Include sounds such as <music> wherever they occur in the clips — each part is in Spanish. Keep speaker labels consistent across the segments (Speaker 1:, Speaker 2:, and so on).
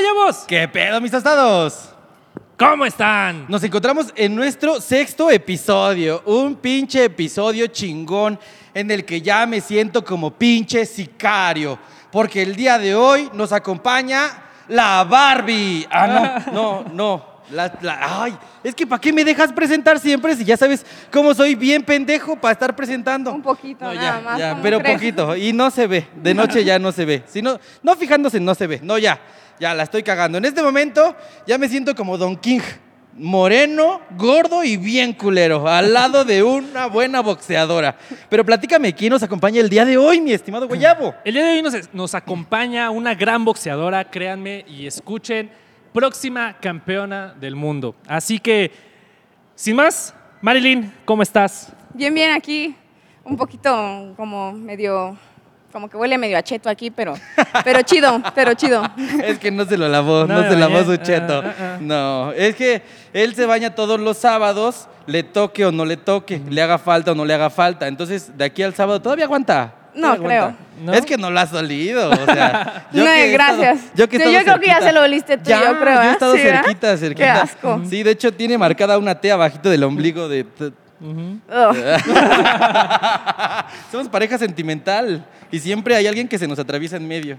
Speaker 1: amigos?
Speaker 2: ¿Qué pedo, mis tostados?
Speaker 1: ¿Cómo están?
Speaker 2: Eh, Nos encontramos en nuestro sexto episodio, un pinche episodio chingón en el que ya me siento como pinche sicario, porque el día de hoy nos acompaña la Barbie. Ah, no, no, no. La, la- ay, es que ¿para qué me dejas presentar siempre si ya sabes cómo soy bien pendejo para estar presentando?
Speaker 3: Un poquito, nada más, ¿cómo
Speaker 2: pero
Speaker 3: crees?
Speaker 2: poquito. Y no se ve. De noche ya no se ve. Si no, no fijándose, no se ve. No, ya. Ya la estoy cagando. En este momento ya me siento como Don King. Moreno, gordo y bien culero. Al lado de una buena boxeadora. Pero platícame, ¿quién nos acompaña el día de hoy, mi estimado Guayabo?
Speaker 1: El día de hoy nos, nos acompaña una gran boxeadora, créanme y escuchen, próxima campeona del mundo. Así que, sin más, Marilyn, ¿cómo estás?
Speaker 3: Bien, bien aquí, un poquito como medio, como que huele medio a cheto
Speaker 2: <laughs>
Speaker 3: aquí, pero, pero chido, pero chido.
Speaker 2: Es que no se lo lavó, no,
Speaker 1: No me
Speaker 2: se lavó su
Speaker 1: bañé.
Speaker 2: cheto.
Speaker 1: Ah, ah, ah.
Speaker 2: No, es que él se baña todos los sábados, le toque o no le toque, le haga falta o no le haga falta. Entonces, de aquí al sábado todavía aguanta.
Speaker 3: No,
Speaker 2: Todavía aguanta.
Speaker 1: creo. ¿No?
Speaker 2: Es que no la has olido, o
Speaker 1: <laughs>
Speaker 2: sea.
Speaker 3: no,
Speaker 2: que he
Speaker 3: gracias.
Speaker 2: estado- yo que he
Speaker 3: Sí, yo
Speaker 2: estado
Speaker 3: creo que ya
Speaker 2: cerquita.
Speaker 3: se lo oliste tú,
Speaker 2: Ya,
Speaker 3: yo creo.
Speaker 2: he
Speaker 3: ¿eh?
Speaker 2: estado
Speaker 3: Sí, ¿verdad?
Speaker 2: cerquita, cerquita.
Speaker 3: Qué asco.
Speaker 2: Sí, de hecho tiene marcada una T abajito del ombligo de... t- <laughs>
Speaker 3: Ugh.
Speaker 2: Somos pareja sentimental y siempre hay alguien que se nos atraviesa en medio.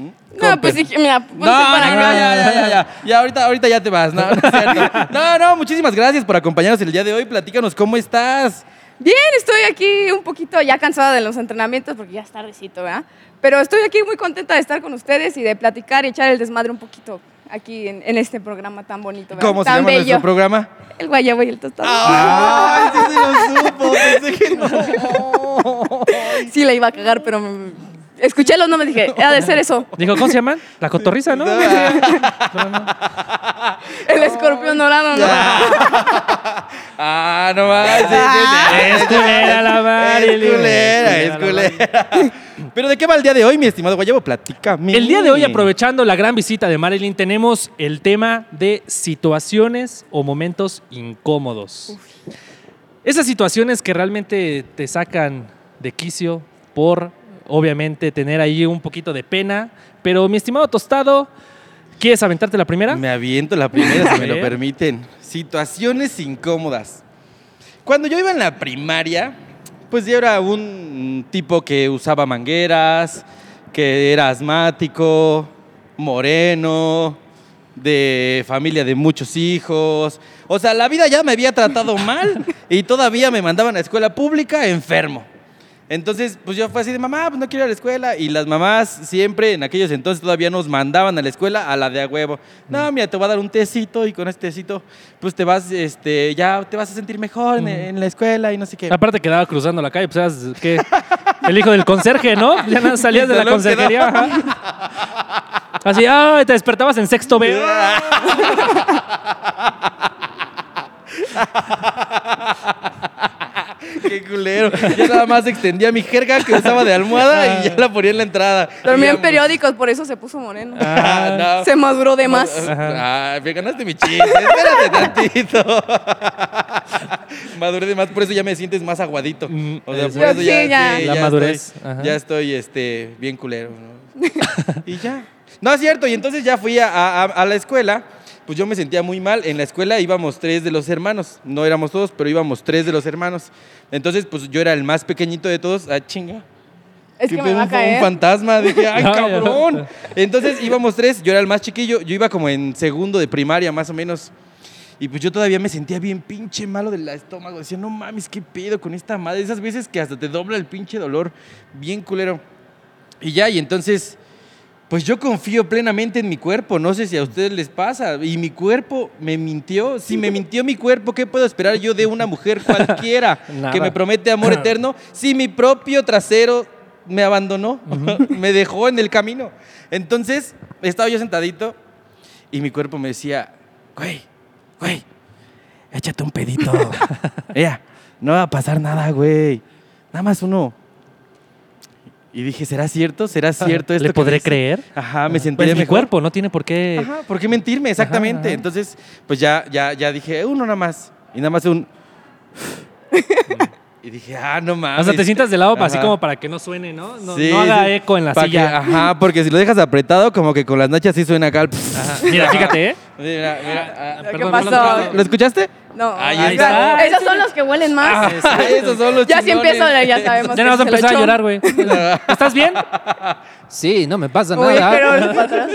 Speaker 2: ¿Mm?
Speaker 3: No, pues
Speaker 2: Comper.
Speaker 3: sí, que mira, ponte
Speaker 2: No, no,
Speaker 3: para
Speaker 2: no, ya,
Speaker 3: acá.
Speaker 2: ya, ya, ya. Ya, ahorita, ahorita ya te vas. No, no, es cierto. no, no, muchísimas gracias por acompañarnos el día de hoy. Platícanos cómo estás.
Speaker 3: Bien, estoy aquí un poquito ya cansada de los entrenamientos porque ya es tardecito, ¿verdad? Pero estoy aquí muy contenta de estar con ustedes y de platicar y echar el desmadre un poquito aquí en, en este programa tan bonito, ¿verdad?
Speaker 2: ¿Cómo se
Speaker 3: tan
Speaker 2: llama nuestro programa?
Speaker 3: El guayabo y el tostado.
Speaker 2: ¡Ay, sí se lo supo! Pensé que no.
Speaker 3: Sí, la iba a cagar, pero me- escuché los nombres y dije, ha de ser eso.
Speaker 1: Dijo, ¿cómo se llaman? La cotorriza,
Speaker 2: <laughs>
Speaker 1: ¿no?
Speaker 3: El escorpión dorado, ¿no?
Speaker 2: Ah, no más. sí, sí, sí.
Speaker 1: Es culera la Marilyn.
Speaker 2: Es culera, es culera. Pero ¿de qué va el día de hoy, mi estimado Guayabo? Platícame.
Speaker 1: El día de hoy, aprovechando la gran visita de Marilyn, tenemos el tema de situaciones o momentos incómodos. Esas situaciones que realmente te sacan de quicio por, obviamente, tener ahí un poquito de pena. Pero, mi estimado Tostado, ¿quieres aventarte la primera?
Speaker 2: Me aviento la primera, si me
Speaker 1: <laughs> A
Speaker 2: lo
Speaker 1: ver.
Speaker 2: permiten. Situaciones incómodas. Cuando yo iba en la primaria, pues yo era un tipo que usaba mangueras, que era asmático, moreno, de familia de muchos hijos. O sea, la vida ya me había tratado mal y todavía me mandaban a escuela pública enfermo. Entonces, pues yo fue así de mamá, pues no quiero ir a la escuela. Y las mamás siempre, en aquellos entonces, todavía nos mandaban a la escuela a la de a huevo. No, mira, te voy a dar un tecito y con este tecito, pues te vas, este, ya te vas a sentir mejor en, en la escuela y no sé qué.
Speaker 1: Aparte quedaba cruzando la calle, pues eras ¿qué? el hijo del conserje, ¿no? Ya nada, salías de la
Speaker 2: Salón
Speaker 1: conserjería. ajá. Así, ah, te despertabas en sexto B.
Speaker 2: <laughs> qué culero. Yo nada más extendía mi jerga que usaba de almohada y ya la ponía en la entrada.
Speaker 3: Dormía en
Speaker 2: Digamos.
Speaker 3: periódicos, por eso se puso moreno.
Speaker 2: Ah, no.
Speaker 3: Se maduró de más.
Speaker 2: Ah, me ganaste mi chiste. Espérate tantito. Maduré de más, por eso ya me sientes más aguadito.
Speaker 1: Mm,
Speaker 2: O sea,
Speaker 1: eso
Speaker 2: por
Speaker 3: es.
Speaker 2: eso ya,
Speaker 3: Sí, ya.
Speaker 2: sí,
Speaker 1: La
Speaker 2: ya
Speaker 1: madurez,
Speaker 2: estoy-
Speaker 1: ajá.
Speaker 2: ya estoy este, bien culero. ¿no?
Speaker 1: <laughs>
Speaker 2: y ya. No, es cierto. Y entonces ya fui a, a- a la escuela. Pues yo me sentía muy mal. En la escuela íbamos tres de los hermanos. No éramos todos, pero íbamos tres de los hermanos. Entonces, pues yo era el más pequeñito de todos. Ah, chinga.
Speaker 3: Es que
Speaker 2: ¿Qué
Speaker 3: me
Speaker 2: pedo?
Speaker 3: va a
Speaker 2: Un- fue Un
Speaker 3: caer.
Speaker 2: fantasma. Dije, ay,
Speaker 1: <laughs> No, ya.
Speaker 2: cabrón. Entonces íbamos tres, yo era el más chiquillo, yo iba como en segundo de primaria, más o menos. Y pues yo todavía me sentía bien pinche malo del estómago. Decía, no mames, qué pedo con esta madre. Esas veces que hasta te dobla el pinche dolor. Bien culero. Y ya, y entonces, pues yo confío plenamente en mi cuerpo. No sé si a ustedes les pasa. Y mi cuerpo me mintió. Si me mintió mi cuerpo, ¿qué puedo esperar yo de una mujer cualquiera
Speaker 1: Nada.
Speaker 2: que me promete amor eterno? Si mi propio trasero me abandonó, <laughs> me dejó en el camino. Entonces, estaba yo sentadito y mi cuerpo me decía, güey, güey, échate
Speaker 1: <laughs>
Speaker 2: un pedito. Ella, no va a pasar nada, güey. Nada más uno. Y dije, ¿será cierto? ¿Será cierto esto?
Speaker 1: ¿Le
Speaker 2: que
Speaker 1: podré
Speaker 2: dice?
Speaker 1: creer?
Speaker 2: Ajá, me
Speaker 1: Pues
Speaker 2: sentí
Speaker 1: mi cuerpo no tiene por qué.
Speaker 2: Ajá, ¿por qué mentirme? Exactamente.
Speaker 1: ajá. <laughs>
Speaker 2: Entonces, pues ya, ya, ya dije, uno nada más. Y nada más un. Y dije, ah, no mames.
Speaker 1: O sea, te sientas de lado así
Speaker 2: Ajá.
Speaker 1: como para que no suene, ¿no? No,
Speaker 2: Sí,
Speaker 1: no haga
Speaker 2: sí.
Speaker 1: eco en la
Speaker 2: Pa' que-
Speaker 1: silla.
Speaker 2: ajá, porque si lo dejas apretado, como que con las nachas sí suena acá. el
Speaker 1: Ajá. Mira, fíjate, ¿eh?
Speaker 2: Mira, mira, ah,
Speaker 3: ¿Qué
Speaker 1: Perdón,
Speaker 3: pasó?
Speaker 1: perdón,
Speaker 2: ¿Lo escuchaste?
Speaker 3: No.
Speaker 2: Ahí
Speaker 3: o sea,
Speaker 1: está.
Speaker 3: Esos son los que huelen más.
Speaker 2: Ah, esos son los
Speaker 3: Este, ya si
Speaker 2: chingones.
Speaker 3: empiezo,
Speaker 2: <laughs>
Speaker 3: ya sabemos.
Speaker 1: Ya no vas a
Speaker 3: que se lo
Speaker 1: empezar a
Speaker 3: echó.
Speaker 1: llorar, güey. ¿Estás bien?
Speaker 4: Sí, no me pasa
Speaker 3: Uy,
Speaker 4: nada.
Speaker 3: pero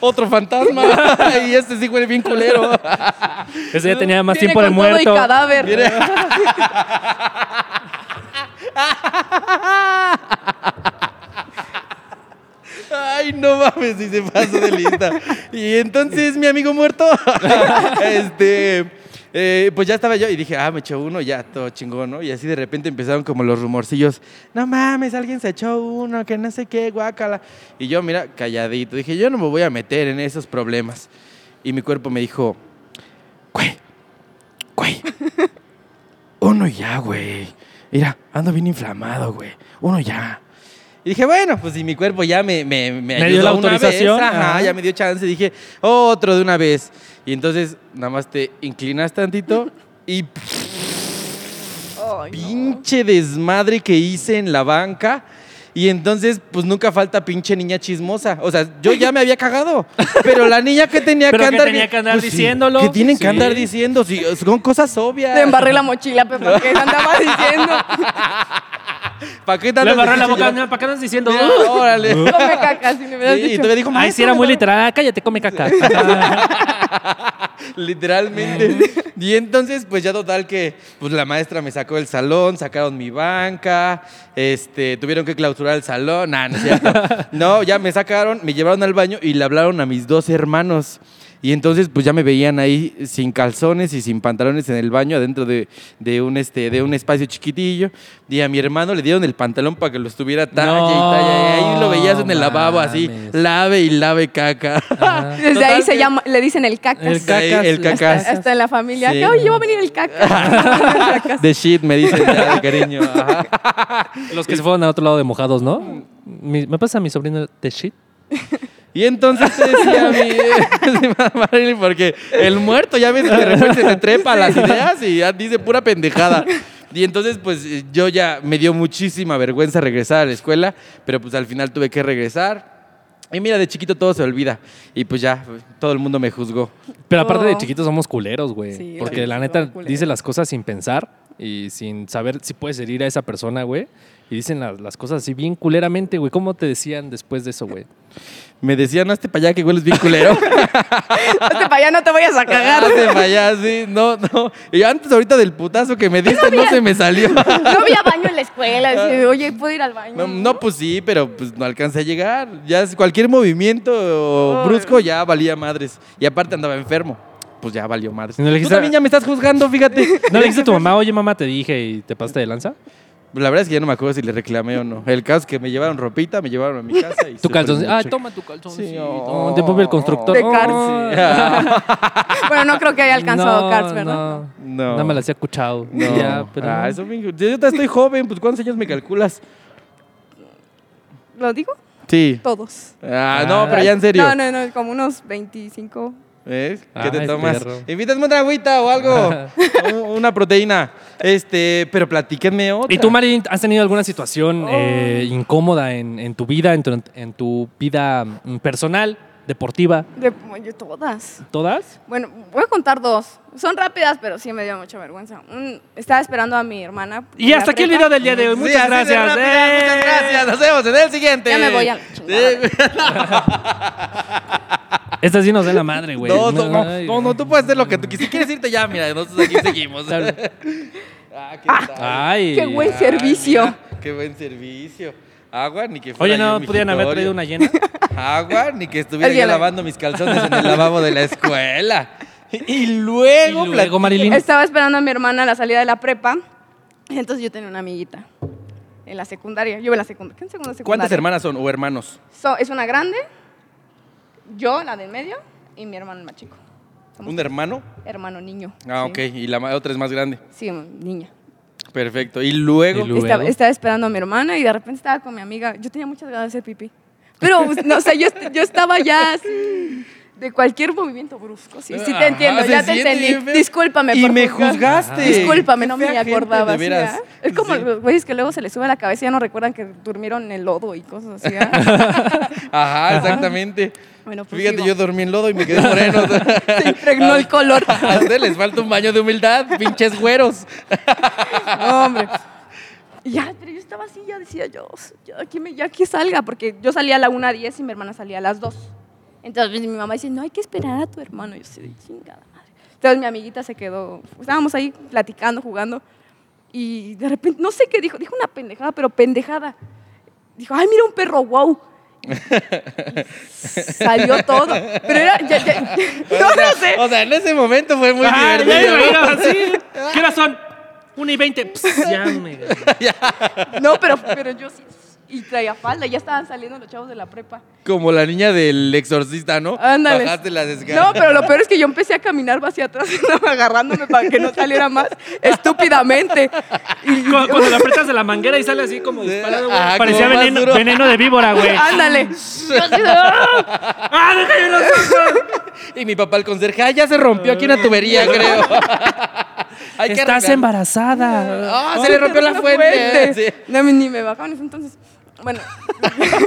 Speaker 2: Otro fantasma. <laughs> y este sí huele bien culero. <laughs>
Speaker 1: Ese ya tenía más
Speaker 3: Viene
Speaker 1: tiempo de
Speaker 3: con todo y
Speaker 1: muerto.
Speaker 3: cadáver.
Speaker 2: Ay, no mames, si se pasó de lista. Y entonces, mi amigo muerto, <laughs> este, eh, pues ya estaba yo y dije, ah, me echó uno, ya, todo chingón, ¿no? Y así de repente empezaron como los rumorcillos, no mames, alguien se echó uno, que no sé qué, guácala. Y yo, mira, calladito, dije, yo no me voy a meter en esos problemas. Y mi cuerpo me dijo, güey, güey, uno ya, güey. Mira, ando bien inflamado, güey. Uno ya. Y dije, bueno, pues si mi cuerpo ya me, me, me,
Speaker 1: dio
Speaker 2: ayudó
Speaker 1: la
Speaker 2: una vez,
Speaker 1: autorización,
Speaker 2: ajá,
Speaker 1: ajá.
Speaker 2: ya me dio chance. Dije, otro de una vez. Y entonces, nada más te inclinas tantito y
Speaker 3: Ay, no.
Speaker 2: pinche desmadre que hice en la banca. Y entonces, pues nunca falta pinche niña chismosa. O sea, yo ya me
Speaker 1: <laughs>
Speaker 2: había cagado. Pero la niña que tenía
Speaker 1: Pero
Speaker 2: que
Speaker 1: que
Speaker 2: andar. pues
Speaker 1: tenía que andar
Speaker 2: sí,
Speaker 1: diciéndolo.
Speaker 2: Que tienen
Speaker 1: Sí.
Speaker 2: que andar diciendo. sí, son cosas obvias.
Speaker 3: Te embarré la mochila, pero porque andaba diciendo.
Speaker 2: ¿Para qué
Speaker 1: Le
Speaker 2: tantas
Speaker 1: agarró la
Speaker 2: pinches
Speaker 1: boca,
Speaker 2: chismosas?
Speaker 1: ¿para qué andas diciendo?
Speaker 2: Mira, <laughs> Órale.
Speaker 3: Come caca, si me hubieras
Speaker 2: Sí, y
Speaker 3: dicho.
Speaker 2: todavía dijo,
Speaker 1: Ay, sí,
Speaker 2: "Maestro,
Speaker 1: era muy
Speaker 2: me-
Speaker 1: literal. Ah, Cállate, come caca.
Speaker 2: Literalmente. <laughs> Y entonces, pues ya total que pues la maestra me sacó del salón, sacaron mi banca, este, tuvieron que clausurar el salón. Nah, no,
Speaker 1: <laughs>
Speaker 2: es cierto. no, ya me sacaron, me llevaron al baño y le hablaron a mis dos hermanos. Y entonces, pues ya me veían ahí sin calzones y sin pantalones en el baño, adentro de, de un, este, de un espacio chiquitillo. Y a mi hermano le dieron el pantalón para que lo estuviera talla y
Speaker 1: No,
Speaker 2: talla. Y ahí lo veías en el lavabo así,
Speaker 4: mames.
Speaker 2: lave y lave caca. <laughs>
Speaker 3: Desde
Speaker 2: Total
Speaker 3: ahí se
Speaker 2: que-
Speaker 3: llama, le dicen el cacas.
Speaker 1: El
Speaker 2: ca-
Speaker 1: Ah, cacas.
Speaker 2: el
Speaker 1: las
Speaker 2: cacas.
Speaker 1: cacas.
Speaker 3: Hasta en la familia.
Speaker 2: Sí.
Speaker 3: Que, oye, va a venir el
Speaker 2: <laughs>
Speaker 3: cacas.
Speaker 2: De shit, me dicen ya de cariño. Ajá.
Speaker 1: <laughs> Los que se fueron al otro lado de mojados, ¿no? Mi- me pasa a mi sobrino de shit.
Speaker 2: Y entonces te decía a mí, Marilyn, porque el muerto ya ves que de repente se trepa a las ideas y ya dice pura pendejada. Y entonces, pues eh, yo ya me dio muchísima vergüenza regresar a la escuela, pero pues al final tuve que regresar. Y mira, de chiquito todo se olvida. Y pues ya, todo el mundo me juzgó.
Speaker 1: Pero aparte de
Speaker 3: Oh.
Speaker 1: chiquitos somos culeros, güey.
Speaker 3: Sí,
Speaker 1: porque
Speaker 3: sí,
Speaker 1: la
Speaker 3: sí,
Speaker 1: neta
Speaker 3: somos culeros.
Speaker 1: dice las cosas sin pensar y sin saber si puedes herir a esa persona, güey. Y dicen las, las cosas así bien culeramente, güey. ¿Cómo te decían después de eso, güey?
Speaker 2: Me decían, hazte para allá que hueles bien culero.
Speaker 3: Hazte para allá, Este, no te vayas a cagar.
Speaker 2: Hazte para allá, sí. No, no. Y antes ahorita del putazo que me diste, no se me salió.
Speaker 3: No había baño en la escuela. así, oye, ¿puedo ir al baño?
Speaker 2: No, no, pues sí, pero pues no alcancé a llegar. Ya es- cualquier movimiento brusco ya valía madres. Y aparte andaba enfermo. Pues ya valió madres.
Speaker 1: No le
Speaker 2: Tú
Speaker 1: dijiste-
Speaker 2: también ya me estás juzgando,
Speaker 1: <laughs>
Speaker 2: fíjate.
Speaker 1: ¿No le dijiste a tu mamá, oye, mamá, te dije y te pasaste de lanza?
Speaker 2: La verdad es que ya no me acuerdo si le reclamé o no. El caso es que me llevaron ropita, me llevaron a mi casa y
Speaker 1: Tu
Speaker 2: sufrí
Speaker 1: calzón. Ah,
Speaker 2: mucho.
Speaker 1: toma tu calzón.
Speaker 2: Sí,
Speaker 1: Sí,
Speaker 2: oh,
Speaker 1: no, devuelve el constructor.
Speaker 3: De
Speaker 1: Oh, <laughs>
Speaker 3: Cars.
Speaker 1: sí. Ah,
Speaker 3: Bueno, no creo que haya alcanzado
Speaker 1: No,
Speaker 3: Cars, ¿verdad?
Speaker 1: No,
Speaker 2: No.
Speaker 1: Nada más la hacía cuchado. <laughs>
Speaker 2: No.
Speaker 1: Ya, pero
Speaker 2: Ah,
Speaker 1: no.
Speaker 2: eso me- Yo ahorita estoy joven, pues ¿cuántos años me calculas?
Speaker 3: ¿Lo digo?
Speaker 2: Sí.
Speaker 3: Todos.
Speaker 2: Ah,
Speaker 1: Ah.
Speaker 2: no, pero ya en serio.
Speaker 3: No, no, no, como unos 25.
Speaker 2: ¿Ves? ¿Eh? ¿Qué
Speaker 1: Ay,
Speaker 2: te tomas?
Speaker 1: Ah, perro.
Speaker 2: Invítame una agüita
Speaker 1: <laughs>
Speaker 2: o algo. Un- una proteína. Este, pero platíquenme otra.
Speaker 1: ¿Y tú, Marilyn, has tenido alguna situación eh, incómoda en, en tu vida, en tu, en tu vida mm, personal, deportiva?
Speaker 3: De, yo todas.
Speaker 1: ¿Todas?
Speaker 3: Bueno, voy a contar dos. Son rápidas, pero sí me dio mucha vergüenza. Un- estaba esperando a mi hermana.
Speaker 1: Y
Speaker 3: en la
Speaker 1: hasta aquí el
Speaker 3: prepa.
Speaker 1: video del día de hoy.
Speaker 2: Sí,
Speaker 1: Muchas
Speaker 2: así de
Speaker 1: gracias.
Speaker 2: rápida,
Speaker 1: ¡Eh!
Speaker 2: Muchas gracias. Nos vemos en el siguiente.
Speaker 3: Ya me voy a la chingada.
Speaker 2: Sí.
Speaker 1: Esta sí nos da la madre, güey.
Speaker 2: No, no, no,
Speaker 1: ay,
Speaker 2: no, no, tú puedes hacer lo que tú quieras. Si quieres irte ya, mira, nosotros aquí seguimos.
Speaker 1: Claro.
Speaker 2: ah, qué, tal.
Speaker 1: Ay.
Speaker 3: Qué güey. Buen servicio.
Speaker 2: mira, qué buen servicio. Agua, ni que fuera
Speaker 1: Oye,
Speaker 2: yo
Speaker 1: ¿no
Speaker 2: en mi
Speaker 1: podían haber traído una
Speaker 2: escritorio.
Speaker 1: llena?
Speaker 2: Agua, ni que estuviera yo
Speaker 3: Alguien la-
Speaker 2: lavando mis calzones en el lavabo de
Speaker 1: <laughs>
Speaker 2: la escuela. Y luego,
Speaker 1: Y luego,
Speaker 2: platí-
Speaker 1: Marilyn.
Speaker 3: Estaba esperando a mi hermana a la salida de la prepa. Entonces yo tenía una amiguita en la secundaria. Yo en la secundaria. ¿Qué en segunda secundaria?
Speaker 2: ¿Cuántas hermanas son o hermanos?
Speaker 3: So, es una grande, yo, la del medio, y mi hermano el más chico. Somos
Speaker 2: ¿Un hermano?
Speaker 3: hermano niño.
Speaker 2: Ah,
Speaker 3: sí.
Speaker 2: ok. Y la ma- otra es más grande.
Speaker 3: Sí, niña.
Speaker 2: Perfecto. Y luego.
Speaker 1: Y luego.
Speaker 3: Estaba, estaba esperando a mi hermana y de repente estaba con mi amiga. Yo tenía muchas ganas de hacer pipí. Pero, pues, no, o sea, yo, est- yo estaba ya así. de cualquier movimiento brusco. Sí, sí
Speaker 2: Ajá,
Speaker 3: te entiendo,
Speaker 2: Ah, se
Speaker 3: ya te
Speaker 2: siente
Speaker 3: entendí.
Speaker 2: bien feo.
Speaker 3: Discúlpame
Speaker 2: Y
Speaker 3: por
Speaker 2: me
Speaker 3: juzgar.
Speaker 2: juzgaste.
Speaker 3: Discúlpame,
Speaker 2: Qué
Speaker 3: no
Speaker 2: fea
Speaker 3: me
Speaker 2: gente,
Speaker 3: acordaba.
Speaker 2: de
Speaker 3: sí,
Speaker 2: veras.
Speaker 3: ¿ah? Es como
Speaker 2: Sí.
Speaker 3: los güeyes que luego se les sube a la cabeza y ya no recuerdan que durmieron en el lodo y cosas así. ¿ah?
Speaker 2: <laughs> Ajá, exactamente.
Speaker 3: Bueno, pues
Speaker 2: Fíjate,
Speaker 3: digo.
Speaker 2: yo dormí en lodo y me quedé moreno.
Speaker 3: Se impregnó el color.
Speaker 2: <laughs> A ustedes les falta un baño de humildad, pinches güeros.
Speaker 3: No, hombre. Y Ya, pero yo estaba así, ya decía yo, ya que, me, ya que salga, porque yo salía a la 1 a 10 y mi hermana salía a las 2. Entonces pues, mi mamá dice, no hay que esperar a tu hermano. Y yo así de chingada madre. Entonces mi amiguita se quedó, estábamos ahí platicando, jugando, y de repente, no sé qué dijo, dijo una pendejada, pero pendejada. Dijo, ay, mira un perro, wow. Y salió todo. Pero era, ya- ya- <laughs> no, no sé.
Speaker 2: O sea, en ese momento fue muy
Speaker 1: Ah, ya me
Speaker 2: divertido. ¿no?
Speaker 1: imaginaba,
Speaker 2: <laughs>
Speaker 1: sí. ¿Qué horas son? 1 y 20. Pss, ya me...
Speaker 3: No, pero, pero yo sí. Y traía falda, ya estaban saliendo los chavos de la prepa.
Speaker 2: Como la niña del exorcista, ¿no?
Speaker 3: Ándale.
Speaker 2: Bajaste la descarga.
Speaker 3: No, pero lo peor es que yo empecé a caminar hacia atrás, <laughs> agarrándome para que no saliera más estúpidamente. Y-
Speaker 1: Cu- Cuando la apretas de la manguera y sale así como disparado, güey.
Speaker 2: Ajá,
Speaker 1: Parecía
Speaker 2: Ah, como más
Speaker 1: veneno,
Speaker 2: duro.
Speaker 1: veneno de víbora, güey.
Speaker 2: Pues, <laughs>
Speaker 3: Ándale. Yo así de, ¡ah!
Speaker 1: ¡Ah, déjame los ojos!
Speaker 2: Y mi papá, el conserje, "Ah, ya se rompió aquí una tubería, creo. <laughs> Hay que
Speaker 1: Estás
Speaker 2: arreglar.
Speaker 1: embarazada.
Speaker 2: Ah, se le rompió la
Speaker 3: Una
Speaker 2: fuente. Sí.
Speaker 3: No, ni me bajaban eso entonces. Bueno. <laughs>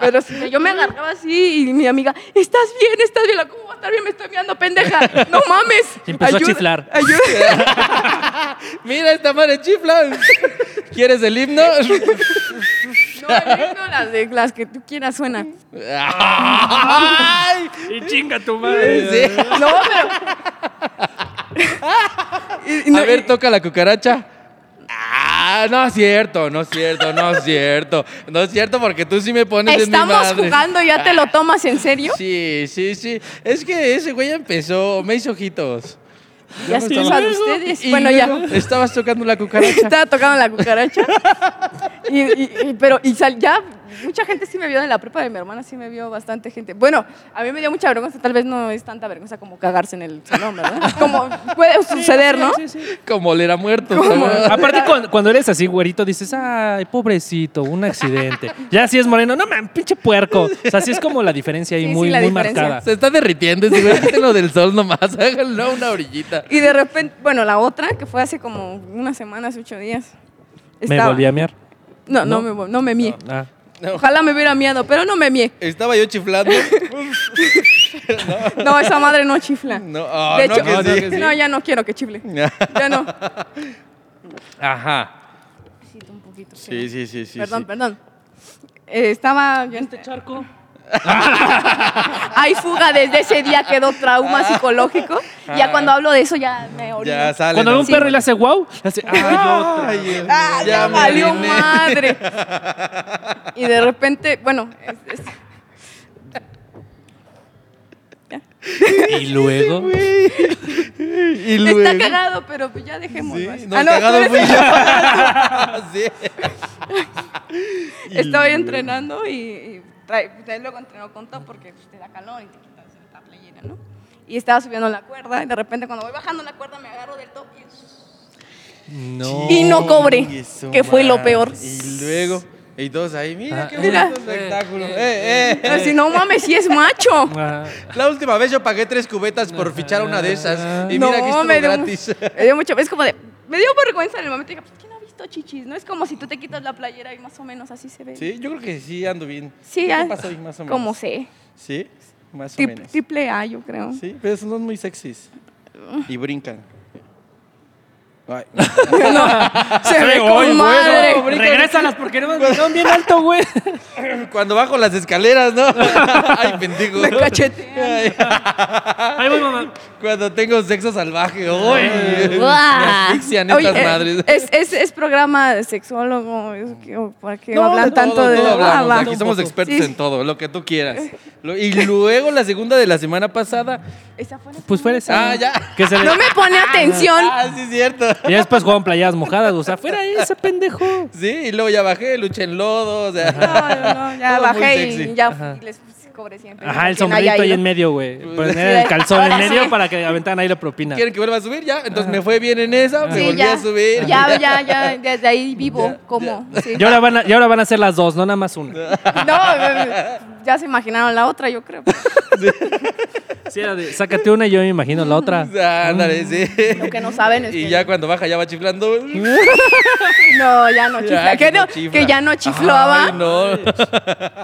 Speaker 3: Pero sí, yo me agarraba así y mi amiga, ¿estás bien? ¿Estás bien? La, ¿Cómo voy a estar bien? Me estoy mirando, pendeja. No mames.
Speaker 1: Y empezó a chiflar.
Speaker 3: Ayuda.
Speaker 2: Mira, esta madre chifla. ¿Quieres el himno?
Speaker 3: No, el himno, las de las que tú quieras suena.
Speaker 2: Ay,
Speaker 1: Y chinga tu madre.
Speaker 2: sí.
Speaker 3: No, pero. <laughs> Y- y no,
Speaker 2: A ver,
Speaker 3: y-
Speaker 2: toca la cucaracha. Ah, no es cierto, no es cierto, no es cierto. No es cierto porque tú sí me pones en mi
Speaker 3: estamos
Speaker 2: madre.
Speaker 3: jugando y ya te lo tomas en serio.
Speaker 2: Sí, sí, sí. Es que ese güey empezó, me hizo ojitos.
Speaker 3: ya se
Speaker 2: estaba-
Speaker 3: hizo a ustedes.
Speaker 2: Y
Speaker 3: bueno,
Speaker 2: luego
Speaker 3: ya.
Speaker 2: Estabas tocando la cucaracha.
Speaker 3: Estaba tocando la cucaracha. Y, y- y- pero y sal- ya mucha gente sí me vio en la prepa de mi hermana, sí me vio bastante gente. Bueno, a mí me dio mucha vergüenza, tal vez no es tanta vergüenza como cagarse en el
Speaker 2: <laughs>
Speaker 3: salón, ¿verdad? Como puede suceder, ¿no?
Speaker 2: Como le era muerto.
Speaker 3: ¿Cómo?
Speaker 2: ¿no?
Speaker 1: Aparte, cu- cuando, eres así, güerito, dices, ay, pobrecito, un accidente. Ya si es moreno, no man, pinche puerco. O sea, sí es como la diferencia ahí
Speaker 3: Sí, sí,
Speaker 1: muy,
Speaker 3: la
Speaker 1: muy
Speaker 3: diferencia.
Speaker 1: marcada.
Speaker 2: Se está derritiendo, si lo del sol nomás, <laughs> háganlo una orillita.
Speaker 3: Y de repente, bueno, la otra, que fue hace como unas semanas, ocho días.
Speaker 1: Me
Speaker 3: estaba-
Speaker 1: volví a mear.
Speaker 3: No, no,
Speaker 1: ¿No?
Speaker 3: me, vol- no me mié.
Speaker 1: Ah.
Speaker 3: Ojalá me hubiera miado, pero no me mié.
Speaker 2: Estaba yo chiflando.
Speaker 3: No, esa madre no chifla.
Speaker 2: No, ah,
Speaker 3: de
Speaker 2: no
Speaker 3: hecho,
Speaker 2: que sí. No, no que sí.
Speaker 3: no, ya no quiero que
Speaker 2: <laughs>
Speaker 3: chifle. Ya no.
Speaker 2: Ajá.
Speaker 3: Siento un poquito.
Speaker 2: Sí, sí, sí, sí.
Speaker 3: Perdón,
Speaker 2: sí.
Speaker 3: perdón. Eh, estaba yo en-
Speaker 1: Charco.
Speaker 3: Hay fuga desde ese día quedó trauma psicológico. Ya cuando hablo de eso ya me orino.
Speaker 2: Ah. Ya sale.
Speaker 1: Cuando ve un
Speaker 2: ¿no?
Speaker 1: perro y le hace wow, le hace, ay, otra.
Speaker 2: Ay, el-
Speaker 3: Ah, ya,
Speaker 2: me
Speaker 3: valió
Speaker 2: oriné. <laughs>
Speaker 3: madre. Y de repente, bueno, es- es-
Speaker 1: Y luego.
Speaker 2: Y luego.
Speaker 3: está cagado, pero pues ya dejémoslo.
Speaker 2: Sí,
Speaker 3: así.
Speaker 2: no,
Speaker 3: Ah, no,
Speaker 2: cagado
Speaker 3: tú
Speaker 2: fui
Speaker 3: eres- <laughs>
Speaker 2: yo. Ah, sí. Y
Speaker 3: Estaba
Speaker 2: luego.
Speaker 3: entrenando y, y trae- trae- luego entrenó con top porque pues, te da calor y te quitas la playera, ¿no? Y estaba subiendo la cuerda y de repente cuando voy bajando la cuerda me agarro del top y,
Speaker 1: No.
Speaker 3: y no cobré,
Speaker 2: Chingue su
Speaker 3: que fue lo
Speaker 2: madre.
Speaker 3: peor.
Speaker 2: Y luego. Y todos ahí, mira
Speaker 1: Ah,
Speaker 2: qué
Speaker 3: mira.
Speaker 2: bonito espectáculo. Eh, eh, eh.
Speaker 3: Así, no mames, si es macho.
Speaker 1: Ah,
Speaker 2: La última vez yo pagué tres cubetas por fichar una de esas. Y mira que
Speaker 3: no,
Speaker 2: estuvo
Speaker 3: me dio,
Speaker 2: gratis.
Speaker 3: me dio mucho, es como de, me dio vergüenza en el momento, dije, pues, ¿quién ha visto chichis? No es como si tú te quitas la playera y más o menos así se ve.
Speaker 2: Sí, yo creo que sí ando bien.
Speaker 3: Sí,
Speaker 2: ¿Qué
Speaker 3: ah,
Speaker 2: te pasa hoy, más o menos?
Speaker 3: como sé,
Speaker 2: Sí, más o
Speaker 3: Tip-
Speaker 2: menos.
Speaker 3: triple A yo creo.
Speaker 2: Sí, pero son muy sexys. Y brincan. Ay,
Speaker 3: Se ve
Speaker 1: Ay,
Speaker 3: con
Speaker 1: güey,
Speaker 3: madre.
Speaker 1: no, Regrésalas porque no me son bien alto, güey.
Speaker 2: <laughs> Cuando bajo las escaleras, ¿no? <laughs> Ay, pendejo. <laughs>
Speaker 3: Me cachetean.
Speaker 2: Ay,
Speaker 1: Ahí voy, mamá.
Speaker 2: Cuando tengo sexo salvaje, uy. Me
Speaker 3: Guau.
Speaker 2: asfixian estas
Speaker 3: Oye, eh,
Speaker 2: madres.
Speaker 3: Es, es, es programa de sexólogo, es que- o ¿por qué
Speaker 2: No,
Speaker 3: hablan
Speaker 2: de todo,
Speaker 3: tanto de
Speaker 2: todo
Speaker 3: Ah,
Speaker 2: hablamos,
Speaker 3: va.
Speaker 2: Aquí somos expertos
Speaker 3: Sí,
Speaker 2: en todo, lo que tú quieras. Lo- Y luego la segunda de la semana pasada.
Speaker 3: esa fue la
Speaker 1: Pues fuera esa.
Speaker 2: Ah, ya.
Speaker 1: Que se le-
Speaker 3: No me pone
Speaker 2: <laughs>
Speaker 3: atención.
Speaker 2: Ah, sí, es cierto.
Speaker 1: Y ya después jugaban playadas mojadas, o sea, <laughs> fuera ese pendejo.
Speaker 2: Sí, y luego ya bajé, luché en lodo, o sea.
Speaker 3: No, no, no, ya
Speaker 2: Todo muy
Speaker 3: bajé y
Speaker 2: sexy.
Speaker 3: ya
Speaker 1: Ajá.
Speaker 3: y les cobre siempre.
Speaker 1: Ajá, el
Speaker 3: Quien haya
Speaker 1: sombrerito ahí
Speaker 3: ido.
Speaker 1: en medio, güey.
Speaker 2: Pues-
Speaker 1: Poner el calzón en
Speaker 3: Ahora sí.
Speaker 1: medio para que aventaran ahí la propina.
Speaker 2: ¿Quieren que vuelva a subir ya? Entonces me fue bien en esa, me
Speaker 3: Sí,
Speaker 2: volví
Speaker 3: ya,
Speaker 2: a subir.
Speaker 3: Ya, ya,
Speaker 2: <laughs>
Speaker 3: ya, desde ahí vivo,
Speaker 2: Ya,
Speaker 3: como. sí.
Speaker 1: Y ahora, van a, y ahora van a ser las dos, no nada más una.
Speaker 3: No, eh, ya se imaginaron la otra, yo creo.
Speaker 1: <laughs> Sí, era de, sácate una y yo me imagino la otra.
Speaker 2: Ah, ándale, sí. <laughs>
Speaker 3: Lo que no saben Mm. es
Speaker 2: Y
Speaker 3: que-
Speaker 2: ya cuando baja ya va chiflando.
Speaker 3: No, ya no
Speaker 2: <laughs>
Speaker 3: chifla.
Speaker 2: Ya,
Speaker 3: que, no-
Speaker 2: chifla.
Speaker 3: que ya no chiflaba.
Speaker 2: Ay, no. <laughs>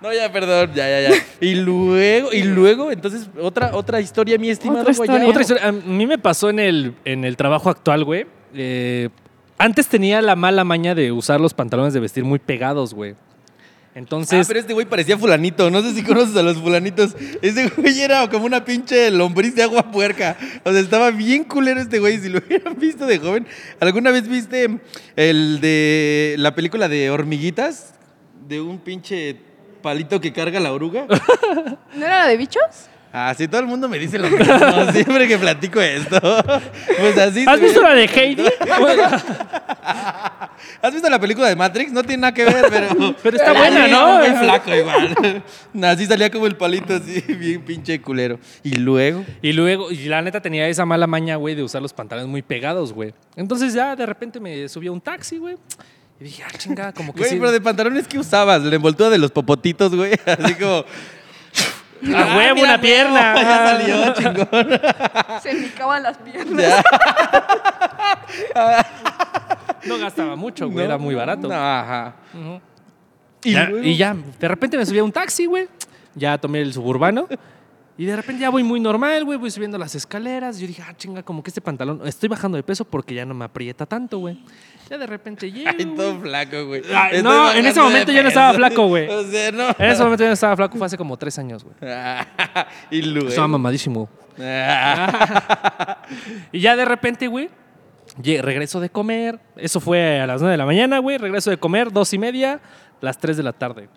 Speaker 2: No, ya, perdón, ya, ya, ya. Y luego, y luego, entonces, otra, otra historia, mi estimado
Speaker 3: Otra
Speaker 2: Guayabo.
Speaker 1: Otra historia, a mí me pasó en el, en el trabajo actual, güey. Eh, antes tenía la mala maña de usar los pantalones de vestir muy pegados, güey.
Speaker 2: Ah,
Speaker 1: Entonces,
Speaker 2: pero este güey parecía fulanito. No sé si conoces a los fulanitos. Este güey era como una pinche lombriz de agua puerca. O sea, estaba bien culero este güey. Si lo hubieran visto de joven. ¿Alguna vez viste el de la película de hormiguitas? De un pinche palito que carga la oruga.
Speaker 3: ¿No era la de bichos?
Speaker 2: Así Ah, todo el mundo me dice lo
Speaker 1: <laughs>
Speaker 2: mismo siempre que platico esto. Pues así.
Speaker 1: ¿has
Speaker 2: se
Speaker 1: visto
Speaker 2: hubiera-
Speaker 1: la de <laughs> Heidi?
Speaker 2: ¿Has visto la película de Matrix? No tiene nada que ver, pero.
Speaker 1: <laughs> Pero está buena,
Speaker 2: sí,
Speaker 1: ¿no?
Speaker 2: Muy flaco igual. <laughs> Así salía como el palito, así, <laughs> bien pinche culero. Y luego.
Speaker 1: Y luego, y la neta tenía esa mala maña, güey, de usar los pantalones muy pegados, güey. Entonces ya de repente me subí a un taxi, güey. Y dije, ah, chingada, como que
Speaker 2: Güey,
Speaker 1: sí.
Speaker 2: pero <laughs> de pantalones, ¿qué usabas? La envoltura de los popotitos, güey. <laughs> Así como.
Speaker 1: A huevo,
Speaker 2: Ah, mira,
Speaker 1: una pierna.
Speaker 2: Ya salió, chingón.
Speaker 3: Ah. Se me caban las piernas.
Speaker 1: <laughs> No gastaba mucho, güey,
Speaker 2: No.
Speaker 1: era muy barato.
Speaker 2: No, ajá.
Speaker 1: Y, ya,
Speaker 2: luego?
Speaker 1: y ya, de repente me subí a un taxi, güey. Ya tomé el suburbano. Y de repente ya voy muy normal, güey. Voy subiendo las escaleras. Yo dije, ah, chinga, como que este pantalón. Estoy bajando de peso porque ya no me aprieta tanto, güey. Ya de repente
Speaker 3: <laughs>
Speaker 1: llego.
Speaker 2: Ay,
Speaker 1: güey.
Speaker 2: todo flaco, güey.
Speaker 1: Ay,
Speaker 2: Estoy
Speaker 1: no, en ese
Speaker 2: bajando de
Speaker 1: momento yo no estaba
Speaker 2: peso.
Speaker 1: flaco, güey.
Speaker 2: <laughs> O sea, no.
Speaker 1: En ese momento yo no estaba flaco, fue hace como tres años, güey.
Speaker 2: <laughs> y
Speaker 1: Eh.
Speaker 2: luego. Ah.
Speaker 1: Estaba mamadísimo. Y ya de repente, güey, lle- regreso de comer. Eso fue a las 9 de la mañana, güey. Regreso de comer, dos y media, las 3 de la tarde.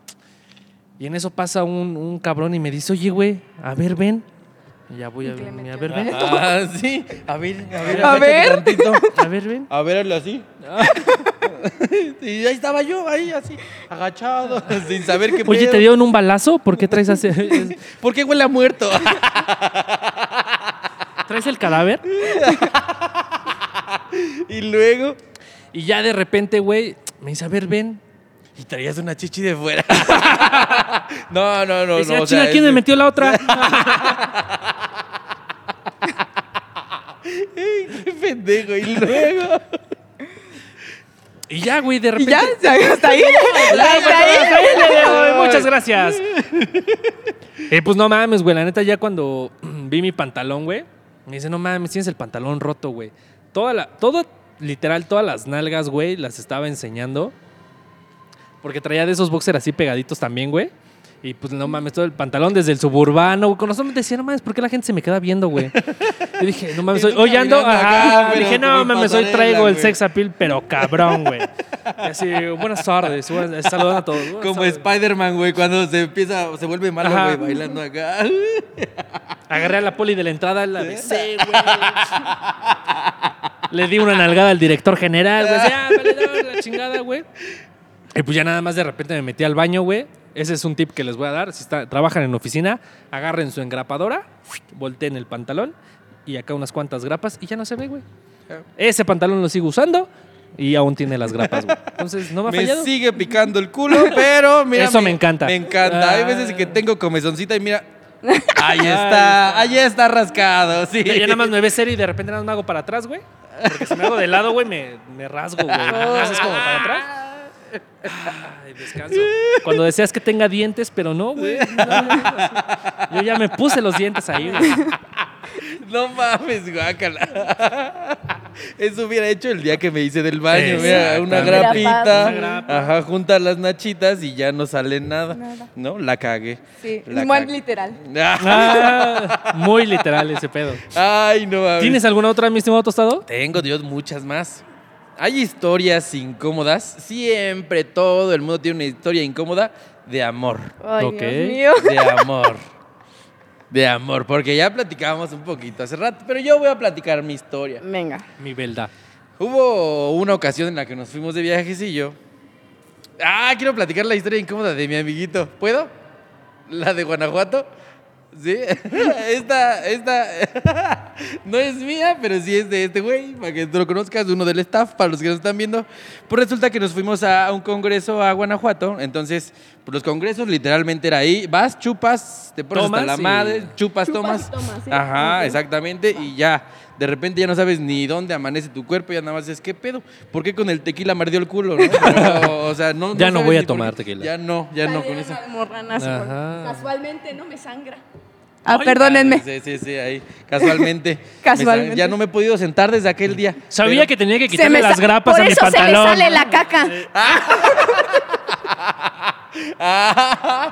Speaker 1: Y en eso pasa un, un cabrón y me dice, oye, güey, a ver, ven. Y ya voy a,
Speaker 3: Y que le
Speaker 1: ver,
Speaker 3: metió
Speaker 1: a ver,
Speaker 3: la
Speaker 1: ven.
Speaker 2: Ah, <laughs> sí. A ver, a ver.
Speaker 3: A
Speaker 2: agáchate
Speaker 3: ver.
Speaker 2: tantito.
Speaker 1: A ver, ven.
Speaker 2: A ver, hazlo así. <laughs> y ahí estaba yo, ahí así,
Speaker 1: <laughs>
Speaker 2: agachado, <laughs> sin saber qué
Speaker 1: Oye,
Speaker 2: pedo.
Speaker 1: ¿te dieron un balazo? ¿Por qué traes así? <laughs> ¿Traes
Speaker 2: ¿Por qué huele
Speaker 1: <laughs>
Speaker 2: a muerto?
Speaker 1: el cadáver?
Speaker 2: y luego...
Speaker 1: Y ya de repente, güey, me dice, a ver, ven.
Speaker 2: Y traías una chichi de fuera. no, no,
Speaker 1: Y <laughs>
Speaker 2: no, no.
Speaker 1: decía,
Speaker 2: o
Speaker 1: chinga,
Speaker 2: sea,
Speaker 1: ¿quién me
Speaker 2: ese-
Speaker 1: metió la
Speaker 2: <laughs>
Speaker 1: otra?
Speaker 2: Qué <laughs> pendejo. Y luego...
Speaker 1: Y ya, güey, de
Speaker 3: <laughs> Y
Speaker 1: repente.
Speaker 2: <laughs>
Speaker 3: ya, hasta ahí. Hasta ahí.
Speaker 1: Hasta ahí le dejo, Muchas gracias. Eh, pues no mames, güey. La neta, ya cuando <clears throat> vi mi pantalón, güey, me dice, no mames, tienes el pantalón roto, güey. Toda la, todo, literal, todas las nalgas, güey, las estaba enseñando. Porque traía de esos boxers así pegaditos también, güey. Y pues no mames, todo el pantalón desde el suburbano, güey. Con razón me decía, no mames, ¿por qué la gente se me queda viendo, güey? Yo dije, no mames,
Speaker 2: <laughs> Y tú
Speaker 1: soy- hoy ando.
Speaker 2: caminando
Speaker 1: ajá.
Speaker 2: acá, pero
Speaker 1: dije,
Speaker 2: como
Speaker 1: no
Speaker 2: en
Speaker 1: mames, hoy
Speaker 2: pasarela,
Speaker 1: traigo el
Speaker 2: güey.
Speaker 1: sex appeal, pero cabrón,
Speaker 2: <laughs>
Speaker 1: güey. Y Así, buenas tardes, buenas, saludando a todos. buenas
Speaker 2: Como
Speaker 1: tardes.
Speaker 2: Spider-Man, güey, cuando se empieza, se vuelve malo,
Speaker 1: Ajá.
Speaker 2: güey, bailando acá.
Speaker 1: Agarré a la poli de la entrada, la besé, güey. Le di una nalgada al director general, güey. Así, "Ah, valedor, la chingada, güey. Y pues ya nada más de repente me metí al baño, güey. Ese es un tip que les voy a dar. Si está- trabajan en oficina, agarren su engrapadora, volteen el pantalón y acá unas cuantas grapas y ya no se ve, güey. Ese pantalón lo sigo usando y aún tiene las grapas, güey. Entonces, no me ha
Speaker 2: Me
Speaker 1: fallado.
Speaker 2: sigue picando el culo, pero mira.
Speaker 1: Eso me encanta.
Speaker 2: Me encanta. Hay
Speaker 1: Ah.
Speaker 2: veces que tengo comezoncita
Speaker 1: <laughs>
Speaker 2: y mira. Ahí está, ahí está rascado, sí.
Speaker 1: Ya nada
Speaker 3: <laughs>
Speaker 1: más me ve serio y de repente nada más me hago para atrás, güey. Porque si me hago de lado, güey, me, me rasgo, güey.
Speaker 3: Ah.
Speaker 1: Nada más es como para atrás. Ay, descanso. Cuando deseas que tenga dientes, pero no, güey. No, no, no. Yo ya me puse los dientes ahí, güey.
Speaker 2: No mames, guácala. Eso hubiera hecho el día que me hice del baño, mira,
Speaker 1: Exactamente.
Speaker 2: una
Speaker 3: Grapado.
Speaker 2: grapita,
Speaker 1: Una grapa.
Speaker 2: ajá, junta las nachitas y ya no sale nada. ¿No? La cagué.
Speaker 3: Sí,
Speaker 2: La
Speaker 3: muy
Speaker 2: cagué.
Speaker 3: literal.
Speaker 1: Ah, muy literal ese pedo.
Speaker 2: Ay, no mames.
Speaker 1: ¿Tienes alguna otra, mi estimado tostado?
Speaker 2: Tengo, Dios, muchas más. Hay historias incómodas. Siempre todo el mundo tiene una historia incómoda de amor.
Speaker 3: Ay,
Speaker 1: Ok.
Speaker 3: Dios mío.
Speaker 2: De amor. De amor, porque ya platicábamos un poquito hace rato, pero yo voy a platicar mi historia.
Speaker 3: Venga.
Speaker 1: Mi belda.
Speaker 2: Hubo una ocasión en la que nos fuimos de viajecillo. Ah, quiero platicar la historia incómoda de mi amiguito. ¿Puedo? la de Guanajuato. Sí, <laughs> esta, esta <laughs> no es mía, pero sí es de este güey, para que tú lo conozcas, uno del staff, para los que nos están viendo. Pues resulta que nos fuimos a un congreso a Guanajuato, entonces pues los congresos literalmente era ahí, vas, chupas, te pones hasta
Speaker 1: Tomas
Speaker 2: la
Speaker 1: y-
Speaker 2: madre, chupas,
Speaker 3: Chupas y
Speaker 2: tomas.
Speaker 3: tomas, sí,
Speaker 2: Ajá,
Speaker 3: ok.
Speaker 2: exactamente, y ya, de repente ya no sabes ni dónde amanece tu cuerpo, ya nada más es, ¿qué pedo? ¿Por qué con el tequila me ardió el culo? no? Pero, o
Speaker 1: <laughs>
Speaker 2: sea, no,
Speaker 1: Ya no
Speaker 2: sabes
Speaker 1: voy a
Speaker 2: ni por
Speaker 1: tomar
Speaker 2: qué.
Speaker 1: tequila.
Speaker 2: Ya no, ya no,
Speaker 3: Sale
Speaker 2: con
Speaker 3: una
Speaker 2: eso.
Speaker 3: almorranazo, porque
Speaker 1: Ajá.
Speaker 3: Casualmente no me sangra. Ah,
Speaker 2: Ay,
Speaker 3: perdónenme.
Speaker 2: Sí, sí, sí, ahí,
Speaker 3: <laughs>
Speaker 2: casualmente.
Speaker 3: Casualmente.
Speaker 2: Me sa- Ya no me he podido sentar desde aquel día.
Speaker 1: Sabía
Speaker 2: pero-
Speaker 1: que tenía que
Speaker 3: Se
Speaker 1: quitarle
Speaker 3: me
Speaker 1: las
Speaker 3: sa-
Speaker 1: grapas
Speaker 3: Por
Speaker 1: a mi
Speaker 3: eso se me
Speaker 1: pantalón.
Speaker 3: sale la caca.
Speaker 2: <laughs> Ah,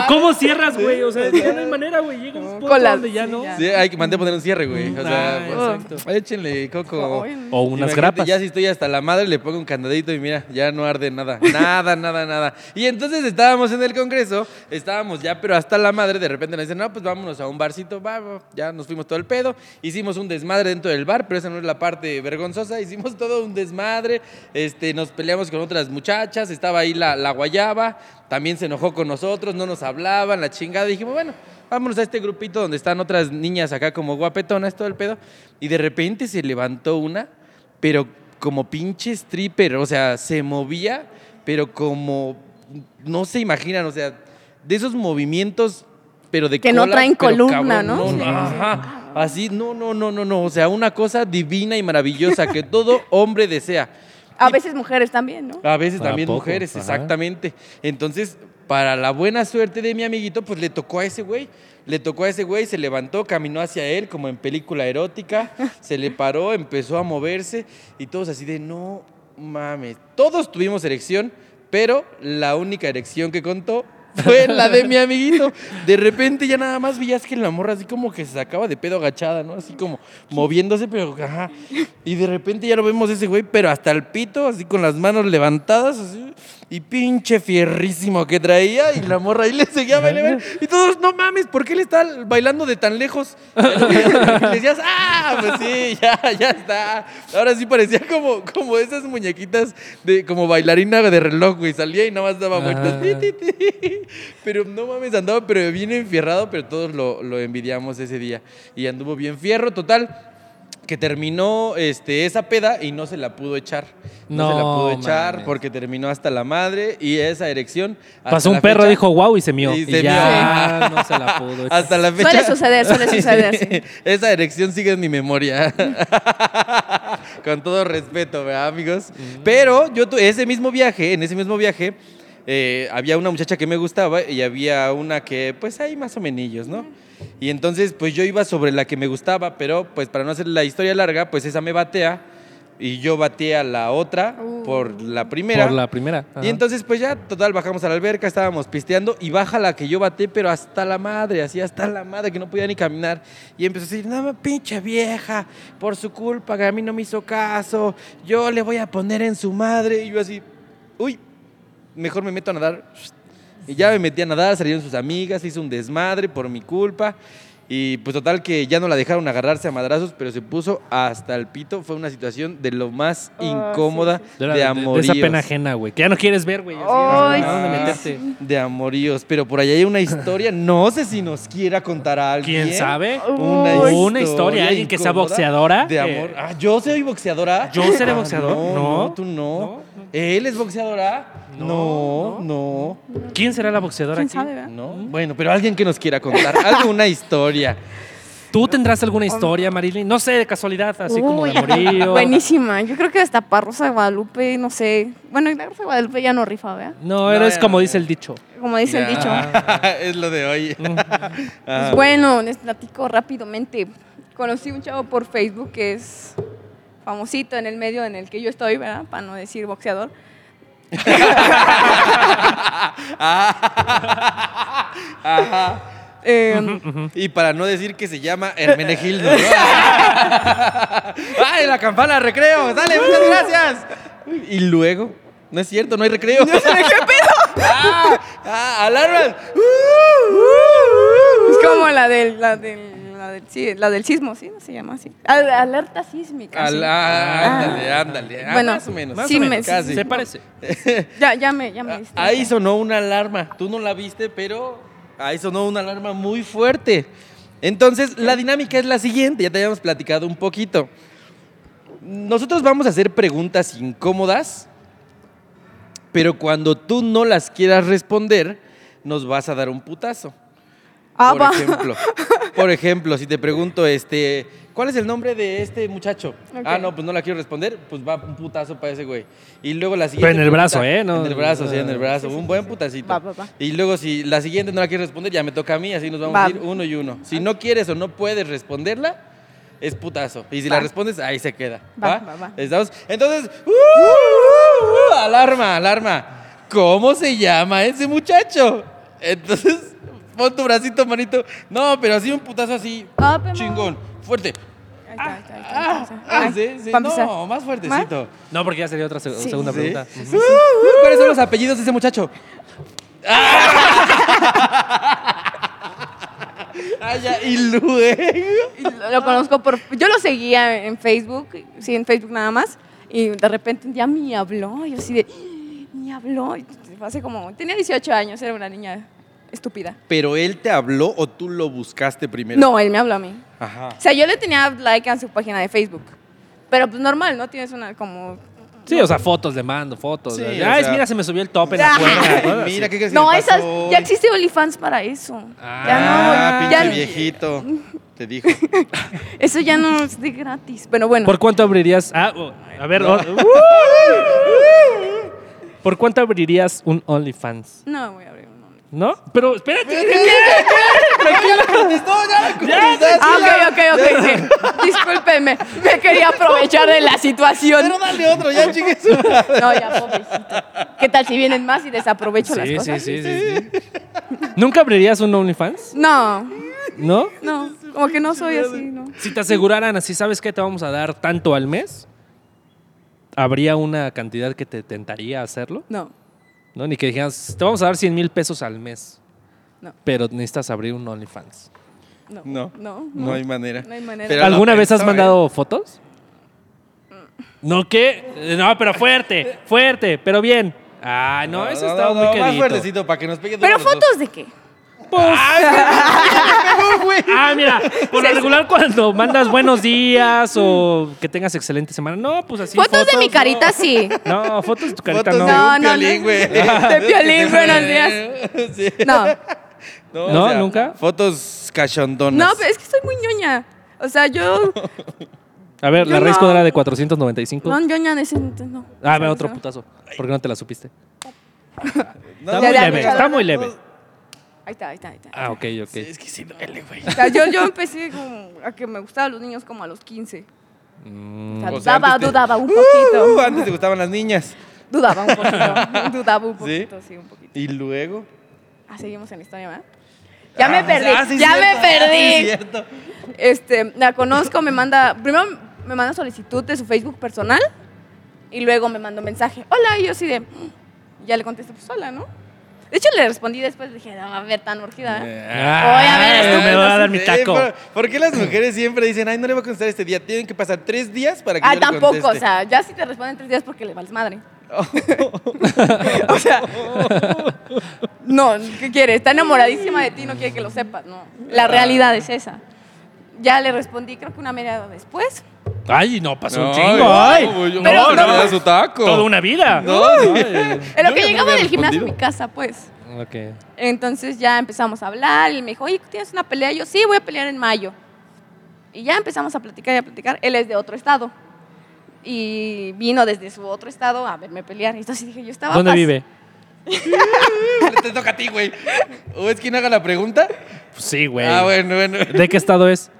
Speaker 1: O- o ¿Cómo cierras, güey? O sea, ya no hay manera, güey. Llega un punto
Speaker 3: Con la-
Speaker 1: donde ya
Speaker 3: sí,
Speaker 1: no.
Speaker 3: ya.
Speaker 2: Sí, hay que mandé a poner un cierre, güey. O sea,
Speaker 1: Ah,
Speaker 2: pues,
Speaker 1: exacto.
Speaker 2: échenle coco.
Speaker 3: Ay, no.
Speaker 1: O unas
Speaker 2: Imagínate,
Speaker 1: grapas.
Speaker 2: Ya si estoy hasta la madre, le pongo un candadito y mira, ya no arde nada. Nada, nada, nada. Y entonces estábamos en el congreso, estábamos ya, pero hasta la madre, de repente nos dicen, no, pues vámonos a un barcito, va, va". ya nos fuimos todo el pedo. Hicimos un desmadre dentro del bar, pero esa no es la parte vergonzosa. Hicimos <laughs> todo un desmadre, este, nos peleamos con otras muchachas, estaba ahí la, la guayaba, también se enojó con nosotros, no nos hablaban, la chingada. Dijimos, bueno. Vámonos a este grupito donde están otras niñas acá como guapetonas, todo el pedo. Y de repente se levantó una, pero como pinche stripper, o sea, se movía, pero como no se imaginan, o sea, de esos movimientos, pero de
Speaker 3: Que no
Speaker 2: cola,
Speaker 3: traen
Speaker 2: pero
Speaker 3: columna,
Speaker 2: cabrón,
Speaker 3: ¿no? Sí, sí, sí.
Speaker 2: ajá, así, no, no, no, no, no, o sea, una cosa divina y maravillosa que todo hombre desea.
Speaker 3: A veces mujeres también, ¿no?
Speaker 2: A veces
Speaker 1: ¿A
Speaker 2: también
Speaker 1: poco?
Speaker 2: mujeres,
Speaker 1: Ajá.
Speaker 2: exactamente. Entonces, para la buena suerte de mi amiguito, pues le tocó a ese güey. Le tocó a ese güey, se levantó, caminó hacia él como en película erótica, se le paró, empezó a moverse y todos así de no mames. Todos tuvimos erección, pero la única erección que contó fue la de mi amiguito. De repente ya nada más veías que la morra así como que se sacaba de pedo agachada, ¿no? Así como moviéndose, pero ajá. Y de repente ya lo vemos ese güey, pero hasta el pito, así con las manos levantadas, así. Y pinche fierrísimo que traía. Y la morra ahí le seguía baile, baile. Y todos, no mames, ¿por qué le está bailando de tan lejos? Ya lo veías, y le decías, ah, pues sí, ya, ya está. Ahora sí parecía como, como esas muñequitas de como bailarina de reloj, güey. Salía y nada más daba vueltas.
Speaker 1: Ah.
Speaker 2: Ti, ti, ti. <laughs> Pero no mames, andaba pero bien enfierrado, pero todos lo, lo envidiamos ese día. Y anduvo bien fierro, total. Que terminó este, esa peda y no se la pudo echar. No, se la
Speaker 1: No
Speaker 2: pudo echar
Speaker 1: mames.
Speaker 2: porque terminó hasta la madre y esa erección. hasta
Speaker 1: Pasó un
Speaker 2: la
Speaker 1: perro,
Speaker 2: fecha-
Speaker 1: dijo "Pues, wow y se mió.
Speaker 2: Y
Speaker 1: Y,
Speaker 2: se
Speaker 1: ya
Speaker 2: <laughs>
Speaker 1: no se la pudo. echar.
Speaker 2: Hasta la fecha.
Speaker 3: <laughs> Suele suceder, suele suceder, sí.
Speaker 2: <laughs> Esa erección sigue en mi memoria. <laughs> Con todo respeto, ¿verdad, amigos?
Speaker 1: Mm.
Speaker 2: Pero yo tu- ese mismo viaje, en ese mismo viaje, eh, había una muchacha que me gustaba y había una que, pues ahí más o menillos, ¿no? Y entonces, pues yo iba sobre la que me gustaba, pero pues para no hacer la historia larga, pues esa me batea y yo bateé a la otra
Speaker 3: Uh.
Speaker 2: por la primera.
Speaker 1: Por la primera.
Speaker 2: Y
Speaker 1: ajá.
Speaker 2: entonces, pues ya, total, bajamos a la alberca, estábamos pisteando y baja la que yo baté, pero hasta la madre, así hasta la madre, que no podía ni caminar. Y empezó a decir, no, pinche vieja, por su culpa, que a mí no me hizo caso, yo le voy a poner en su madre. Y yo así, uy, mejor me meto a nadar. Y ya me metí a nadar, salieron sus amigas, hizo un desmadre por mi culpa. Y pues total que ya no la dejaron agarrarse a madrazos, pero se puso hasta el pito. Fue una situación de lo más
Speaker 3: Ah, sí,
Speaker 2: incómoda
Speaker 1: De,
Speaker 2: de
Speaker 1: la- de- de
Speaker 2: amoríos. Oh,
Speaker 1: esa pena ajena, güey. Que ya no quieres ver, güey. así,
Speaker 3: Ay,
Speaker 1: no sabes a dónde
Speaker 2: sí.
Speaker 1: meterte.
Speaker 2: De amoríos, pero por allá hay una historia, no sé si nos quiera contar a alguien.
Speaker 1: ¿Quién sabe?
Speaker 2: Una,
Speaker 1: Uy. Una historia, alguien que sea
Speaker 2: incómoda
Speaker 1: boxeadora.
Speaker 2: De amor.
Speaker 1: Eh.
Speaker 2: Ah, yo soy boxeadora.
Speaker 1: ¿Yo seré
Speaker 2: Ah,
Speaker 1: boxeador?
Speaker 2: No,
Speaker 1: No.
Speaker 2: tú no.
Speaker 1: No,
Speaker 2: ¿Él es boxeadora? No,
Speaker 1: No,
Speaker 2: no.
Speaker 1: ¿Quién será la boxeadora
Speaker 3: ¿Quién
Speaker 1: aquí?
Speaker 3: sabe, verdad?
Speaker 2: No. Bueno, pero alguien que nos quiera contar <laughs> alguna historia.
Speaker 1: ¿Tú tendrás alguna historia, Marilyn? No sé, de casualidad, así como de
Speaker 3: Oh, Uy, <laughs>
Speaker 1: amorío.
Speaker 3: Buenísima. Yo creo que hasta para Rosa de Guadalupe, no sé. Bueno, la Rosa de Guadalupe ya no rifa, ¿verdad?
Speaker 1: No,
Speaker 2: No,
Speaker 1: eres
Speaker 2: ya
Speaker 1: como
Speaker 2: no.
Speaker 1: dice el dicho.
Speaker 3: Como dice el dicho.
Speaker 2: Ya, <laughs> es lo de hoy. Ah.
Speaker 3: Pues bueno, les platico rápidamente. Conocí un chavo por Facebook que es famosito en el medio en el que yo estoy, ¿verdad? Para no decir boxeador.
Speaker 2: Ajá.
Speaker 3: Eh,
Speaker 2: Y para no decir que se llama Hermenegildo. ¿no? <laughs> ¡Ay, la campana, recreo! ¡Dale, muchas gracias! Y luego, no es cierto, no hay recreo. ¿qué <laughs> ¡Ah! ah alarmas! uh,
Speaker 3: es como la del, la del, la del, sí, la del sismo, ¿sí? ¿No se llama así? Al- alerta sísmica. sí.
Speaker 2: Al- ah, ándale, ándale. Ah,
Speaker 3: Bueno,
Speaker 2: más o menos.
Speaker 1: Más
Speaker 3: Sí,
Speaker 1: o menos,
Speaker 3: me-
Speaker 2: casi.
Speaker 1: Se parece.
Speaker 3: Ya, ya me, ya me
Speaker 2: Ah,
Speaker 3: diste.
Speaker 2: Ahí sonó una alarma. Tú no la viste, pero Ahí sonó una alarma muy fuerte. Entonces, la dinámica es la siguiente, ya te habíamos platicado un poquito. Nosotros vamos a hacer preguntas incómodas, pero cuando tú no las quieras responder, nos vas a dar un putazo.
Speaker 3: Ah,
Speaker 2: por
Speaker 3: va. <laughs>
Speaker 2: ejemplo, por ejemplo, si te pregunto, este, ¿cuál es el nombre de este muchacho?
Speaker 3: Ok.
Speaker 2: Ah, no, pues no la quiero responder, pues va un putazo para ese güey. Y luego la siguiente.
Speaker 1: en el brazo,
Speaker 2: pregunta-
Speaker 1: ¿eh? No-
Speaker 2: en el brazo, sí, en el brazo.
Speaker 3: Sí, sí,
Speaker 2: un
Speaker 3: sí,
Speaker 2: buen
Speaker 3: sí.
Speaker 2: putacito.
Speaker 3: Va, va, va.
Speaker 2: Y luego si la siguiente no la quieres responder, ya me toca a mí, así nos vamos
Speaker 3: Va.
Speaker 2: a ir uno y uno. Si no quieres o no puedes responderla, es putazo. Y si la
Speaker 3: Va.
Speaker 2: respondes, ahí se queda.
Speaker 3: Va,
Speaker 2: ¿Va?
Speaker 3: va, va.
Speaker 2: ¿Estamos? Entonces, ¡uh, uh, uh! alarma, alarma. ¿Cómo se llama ese muchacho? Entonces, pon tu bracito, manito. No, pero así un putazo así.
Speaker 3: Ah, pero-
Speaker 2: Chingón, fuerte.
Speaker 3: Ahí está, ahí está, ahí está, ahí
Speaker 2: Ah,
Speaker 3: está.
Speaker 2: ah,
Speaker 3: Ay,
Speaker 2: sí, sí.
Speaker 3: pa' empezar.
Speaker 2: No, más fuertecito.
Speaker 1: No, porque ya sería otra se-
Speaker 3: Sí.
Speaker 1: segunda
Speaker 2: Sí.
Speaker 1: pregunta.
Speaker 2: Uh, uh, ¿Cuáles son los apellidos de ese muchacho? Ah. <laughs> Ah, ya, y luego.
Speaker 3: Y Lo, lo conozco por. Yo lo seguía en Facebook, sí, en Facebook nada más. Y de repente un día me habló, y yo así de. Me habló. y fue hace como. Tenía 18 años, era una niña estúpida.
Speaker 2: ¿Pero él te habló o tú lo buscaste primero?
Speaker 3: No, él me habló a mí.
Speaker 2: Ajá.
Speaker 3: O sea, yo le tenía like a su página de Facebook. Pero pues normal, ¿no? Tienes una como.
Speaker 1: Sí, o sea, fotos le mando, fotos.
Speaker 2: Sí,
Speaker 1: Ay,
Speaker 2: o sea-
Speaker 1: mira, se me subió el top en la
Speaker 3: <laughs> Ya.
Speaker 2: Ah,
Speaker 1: cuerda.
Speaker 2: <laughs>
Speaker 1: ¿no?
Speaker 2: mira, ¿qué crees que
Speaker 3: No,
Speaker 2: le
Speaker 3: esas.
Speaker 2: pasó?
Speaker 3: Ya existe OnlyFans para eso.
Speaker 2: Ah,
Speaker 3: ya
Speaker 2: pinche
Speaker 3: no. ya-
Speaker 2: viejito. Te <laughs> dijo.
Speaker 3: eso ya no es de gratis. Pero bueno.
Speaker 1: ¿Por cuánto abrirías? Ah, oh, a ver. oh, ¿Por cuánto abrirías un OnlyFans?
Speaker 3: No voy a abrir un OnlyFans.
Speaker 1: ¿No? Pero espérate.
Speaker 2: No, ya la contestaste.
Speaker 3: Ah, ok, ok, ok. sí. Discúlpenme, me quería aprovechar de la situación.
Speaker 2: Pero dale otro, ya chingue su madre.
Speaker 3: No, ya, pobrecito. ¿Qué tal si vienen más y desaprovecho las
Speaker 1: Sí,
Speaker 3: cosas?
Speaker 1: sí, sí, sí, sí. ¿Nunca abrirías un OnlyFans?
Speaker 3: No,
Speaker 1: ¿No?
Speaker 3: no, como que no soy así, ¿no?
Speaker 1: Si te aseguraran así, ¿sabes qué te vamos a dar tanto al mes? ¿Habría una cantidad que te tentaría hacerlo?
Speaker 3: No,
Speaker 1: ¿No? Ni que dijeras, te vamos a dar 100 mil pesos al mes.
Speaker 3: No.
Speaker 1: Pero necesitas abrir un OnlyFans.
Speaker 3: no.
Speaker 2: No,
Speaker 3: no,
Speaker 2: no hay manera.
Speaker 3: No hay manera.
Speaker 2: Pero
Speaker 1: ¿Alguna
Speaker 2: lo
Speaker 1: vez has
Speaker 2: pensó,
Speaker 1: mandado fotos? ¿No qué? Eh, No, pero fuerte, fuerte, pero bien. Ah, no, eso estaba muy querido.
Speaker 2: Más fuertecito para que nos pegue duro
Speaker 3: ¿Pero
Speaker 2: los dos.
Speaker 3: fotos de qué?
Speaker 1: Ah, mira, por lo regular cuando mandas buenos días o que tengas excelente semana. No, pues así.
Speaker 3: fotos, de mi carita, sí.
Speaker 1: No, no, fotos de tu carita
Speaker 2: Fotos
Speaker 1: no.
Speaker 2: de
Speaker 3: No,
Speaker 2: un
Speaker 3: no,
Speaker 2: piolín,
Speaker 3: no.
Speaker 2: güey.
Speaker 3: <laughs> De piolín, buenos días.
Speaker 2: <laughs> Sí.
Speaker 3: No,
Speaker 2: No,
Speaker 1: No, nunca.
Speaker 2: Fotos cachondonas.
Speaker 3: no, pero es que soy muy ñoña. O sea, yo.
Speaker 1: A ver, la
Speaker 3: Yo
Speaker 1: raíz
Speaker 3: no.
Speaker 1: cuadrada de 495.
Speaker 3: No, ñoña de ese. No.
Speaker 1: Ah, ve otro
Speaker 3: No.
Speaker 1: putazo. ¿Por qué no te la supiste?
Speaker 2: No, Uh,
Speaker 1: Está
Speaker 3: Ya
Speaker 1: muy
Speaker 3: le había
Speaker 1: leve,
Speaker 3: echado
Speaker 1: está
Speaker 3: las
Speaker 1: muy leve.
Speaker 3: Ahí está, ahí está, ahí está.
Speaker 1: Ah, ok, ok.
Speaker 2: Sí, Es que sí duele, güey.
Speaker 3: O sea, yo, yo empecé como a que me gustaban los niños como a los 15. O sea,
Speaker 2: Mm, O sea,
Speaker 3: dudaba,
Speaker 2: antes te-
Speaker 3: dudaba un
Speaker 2: Uh,
Speaker 3: poquito.
Speaker 2: antes te gustaban las niñas.
Speaker 3: Dudaba un
Speaker 2: <laughs>
Speaker 3: poquito. Dudaba un poquito, sí, un poquito.
Speaker 2: Y luego.
Speaker 3: Ah, seguimos en la historia, ¿verdad? Ya me
Speaker 2: Ah,
Speaker 3: perdí,
Speaker 2: ah, sí,
Speaker 3: ya
Speaker 2: cierto,
Speaker 3: me
Speaker 2: ah, <laughs> sí,
Speaker 3: perdí.
Speaker 2: cierto.
Speaker 3: este, la conozco, me manda, primero me manda solicitud de su Facebook personal y luego me manda un mensaje. Hola, y yo así de, "Mm". ya le contesto, pues hola, ¿no? De hecho, le respondí después, dije, no, a ver, tan urgida, ¿eh? Voy a ver,
Speaker 1: Ay,
Speaker 3: estúpido.
Speaker 1: me va a dar mi
Speaker 2: Sí,
Speaker 1: taco.
Speaker 2: ¿por, por qué las mujeres siempre dicen, ay, no le voy a contestar este día? Tienen que pasar tres días para que
Speaker 3: Ah,
Speaker 2: yo le
Speaker 3: tampoco, o
Speaker 2: conteste.
Speaker 3: sea, ya si te responden tres días porque le
Speaker 2: <laughs>
Speaker 3: vales madre. <laughs> o sea, no, ¿qué quiere? Está enamoradísima de ti, no quiere que lo sepas, no.
Speaker 2: Ah.
Speaker 3: La realidad es esa. Ya le respondí, creo que una media hora después.
Speaker 1: Ay, no, pasó un
Speaker 2: No,
Speaker 1: chingo.
Speaker 2: ay,
Speaker 1: Ay,
Speaker 2: no, yo-
Speaker 1: Pero
Speaker 2: no,
Speaker 1: no, pues,
Speaker 2: no, su taco.
Speaker 1: Toda una vida.
Speaker 2: No,
Speaker 3: En lo
Speaker 2: Yo
Speaker 3: que
Speaker 2: le
Speaker 3: llegaba
Speaker 2: había
Speaker 3: del gimnasio
Speaker 2: respondido.
Speaker 3: a mi casa, pues.
Speaker 1: Ok.
Speaker 3: Entonces ya empezamos a hablar y él me dijo, oye, ¿tienes una pelea? Yo sí, voy a pelear en mayo. Y ya empezamos a platicar y a platicar. Él es de otro estado. Y vino desde su otro estado a verme pelear. Y entonces dije, yo estaba...
Speaker 1: ¿Dónde
Speaker 3: pas-
Speaker 1: vive?
Speaker 2: <laughs> Te toca a ti, güey. ¿O es quien haga la pregunta?
Speaker 1: Pues sí, güey.
Speaker 2: Ah, bueno, bueno.
Speaker 1: ¿De qué estado es?